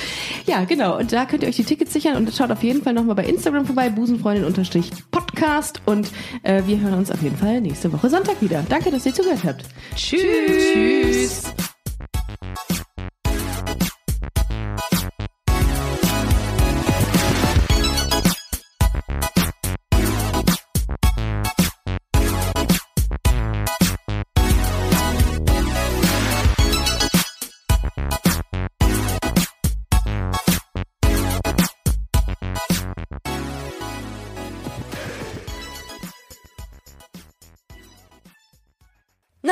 Ja, genau. Und da könnt ihr euch die Tickets sichern und schaut auf jeden Fall nochmal bei Instagram vorbei, busenfreundin-podcast. Und äh, wir hören uns auf jeden Fall nächste Woche Sonntag wieder. Danke, dass ihr zugehört habt. Tschüss.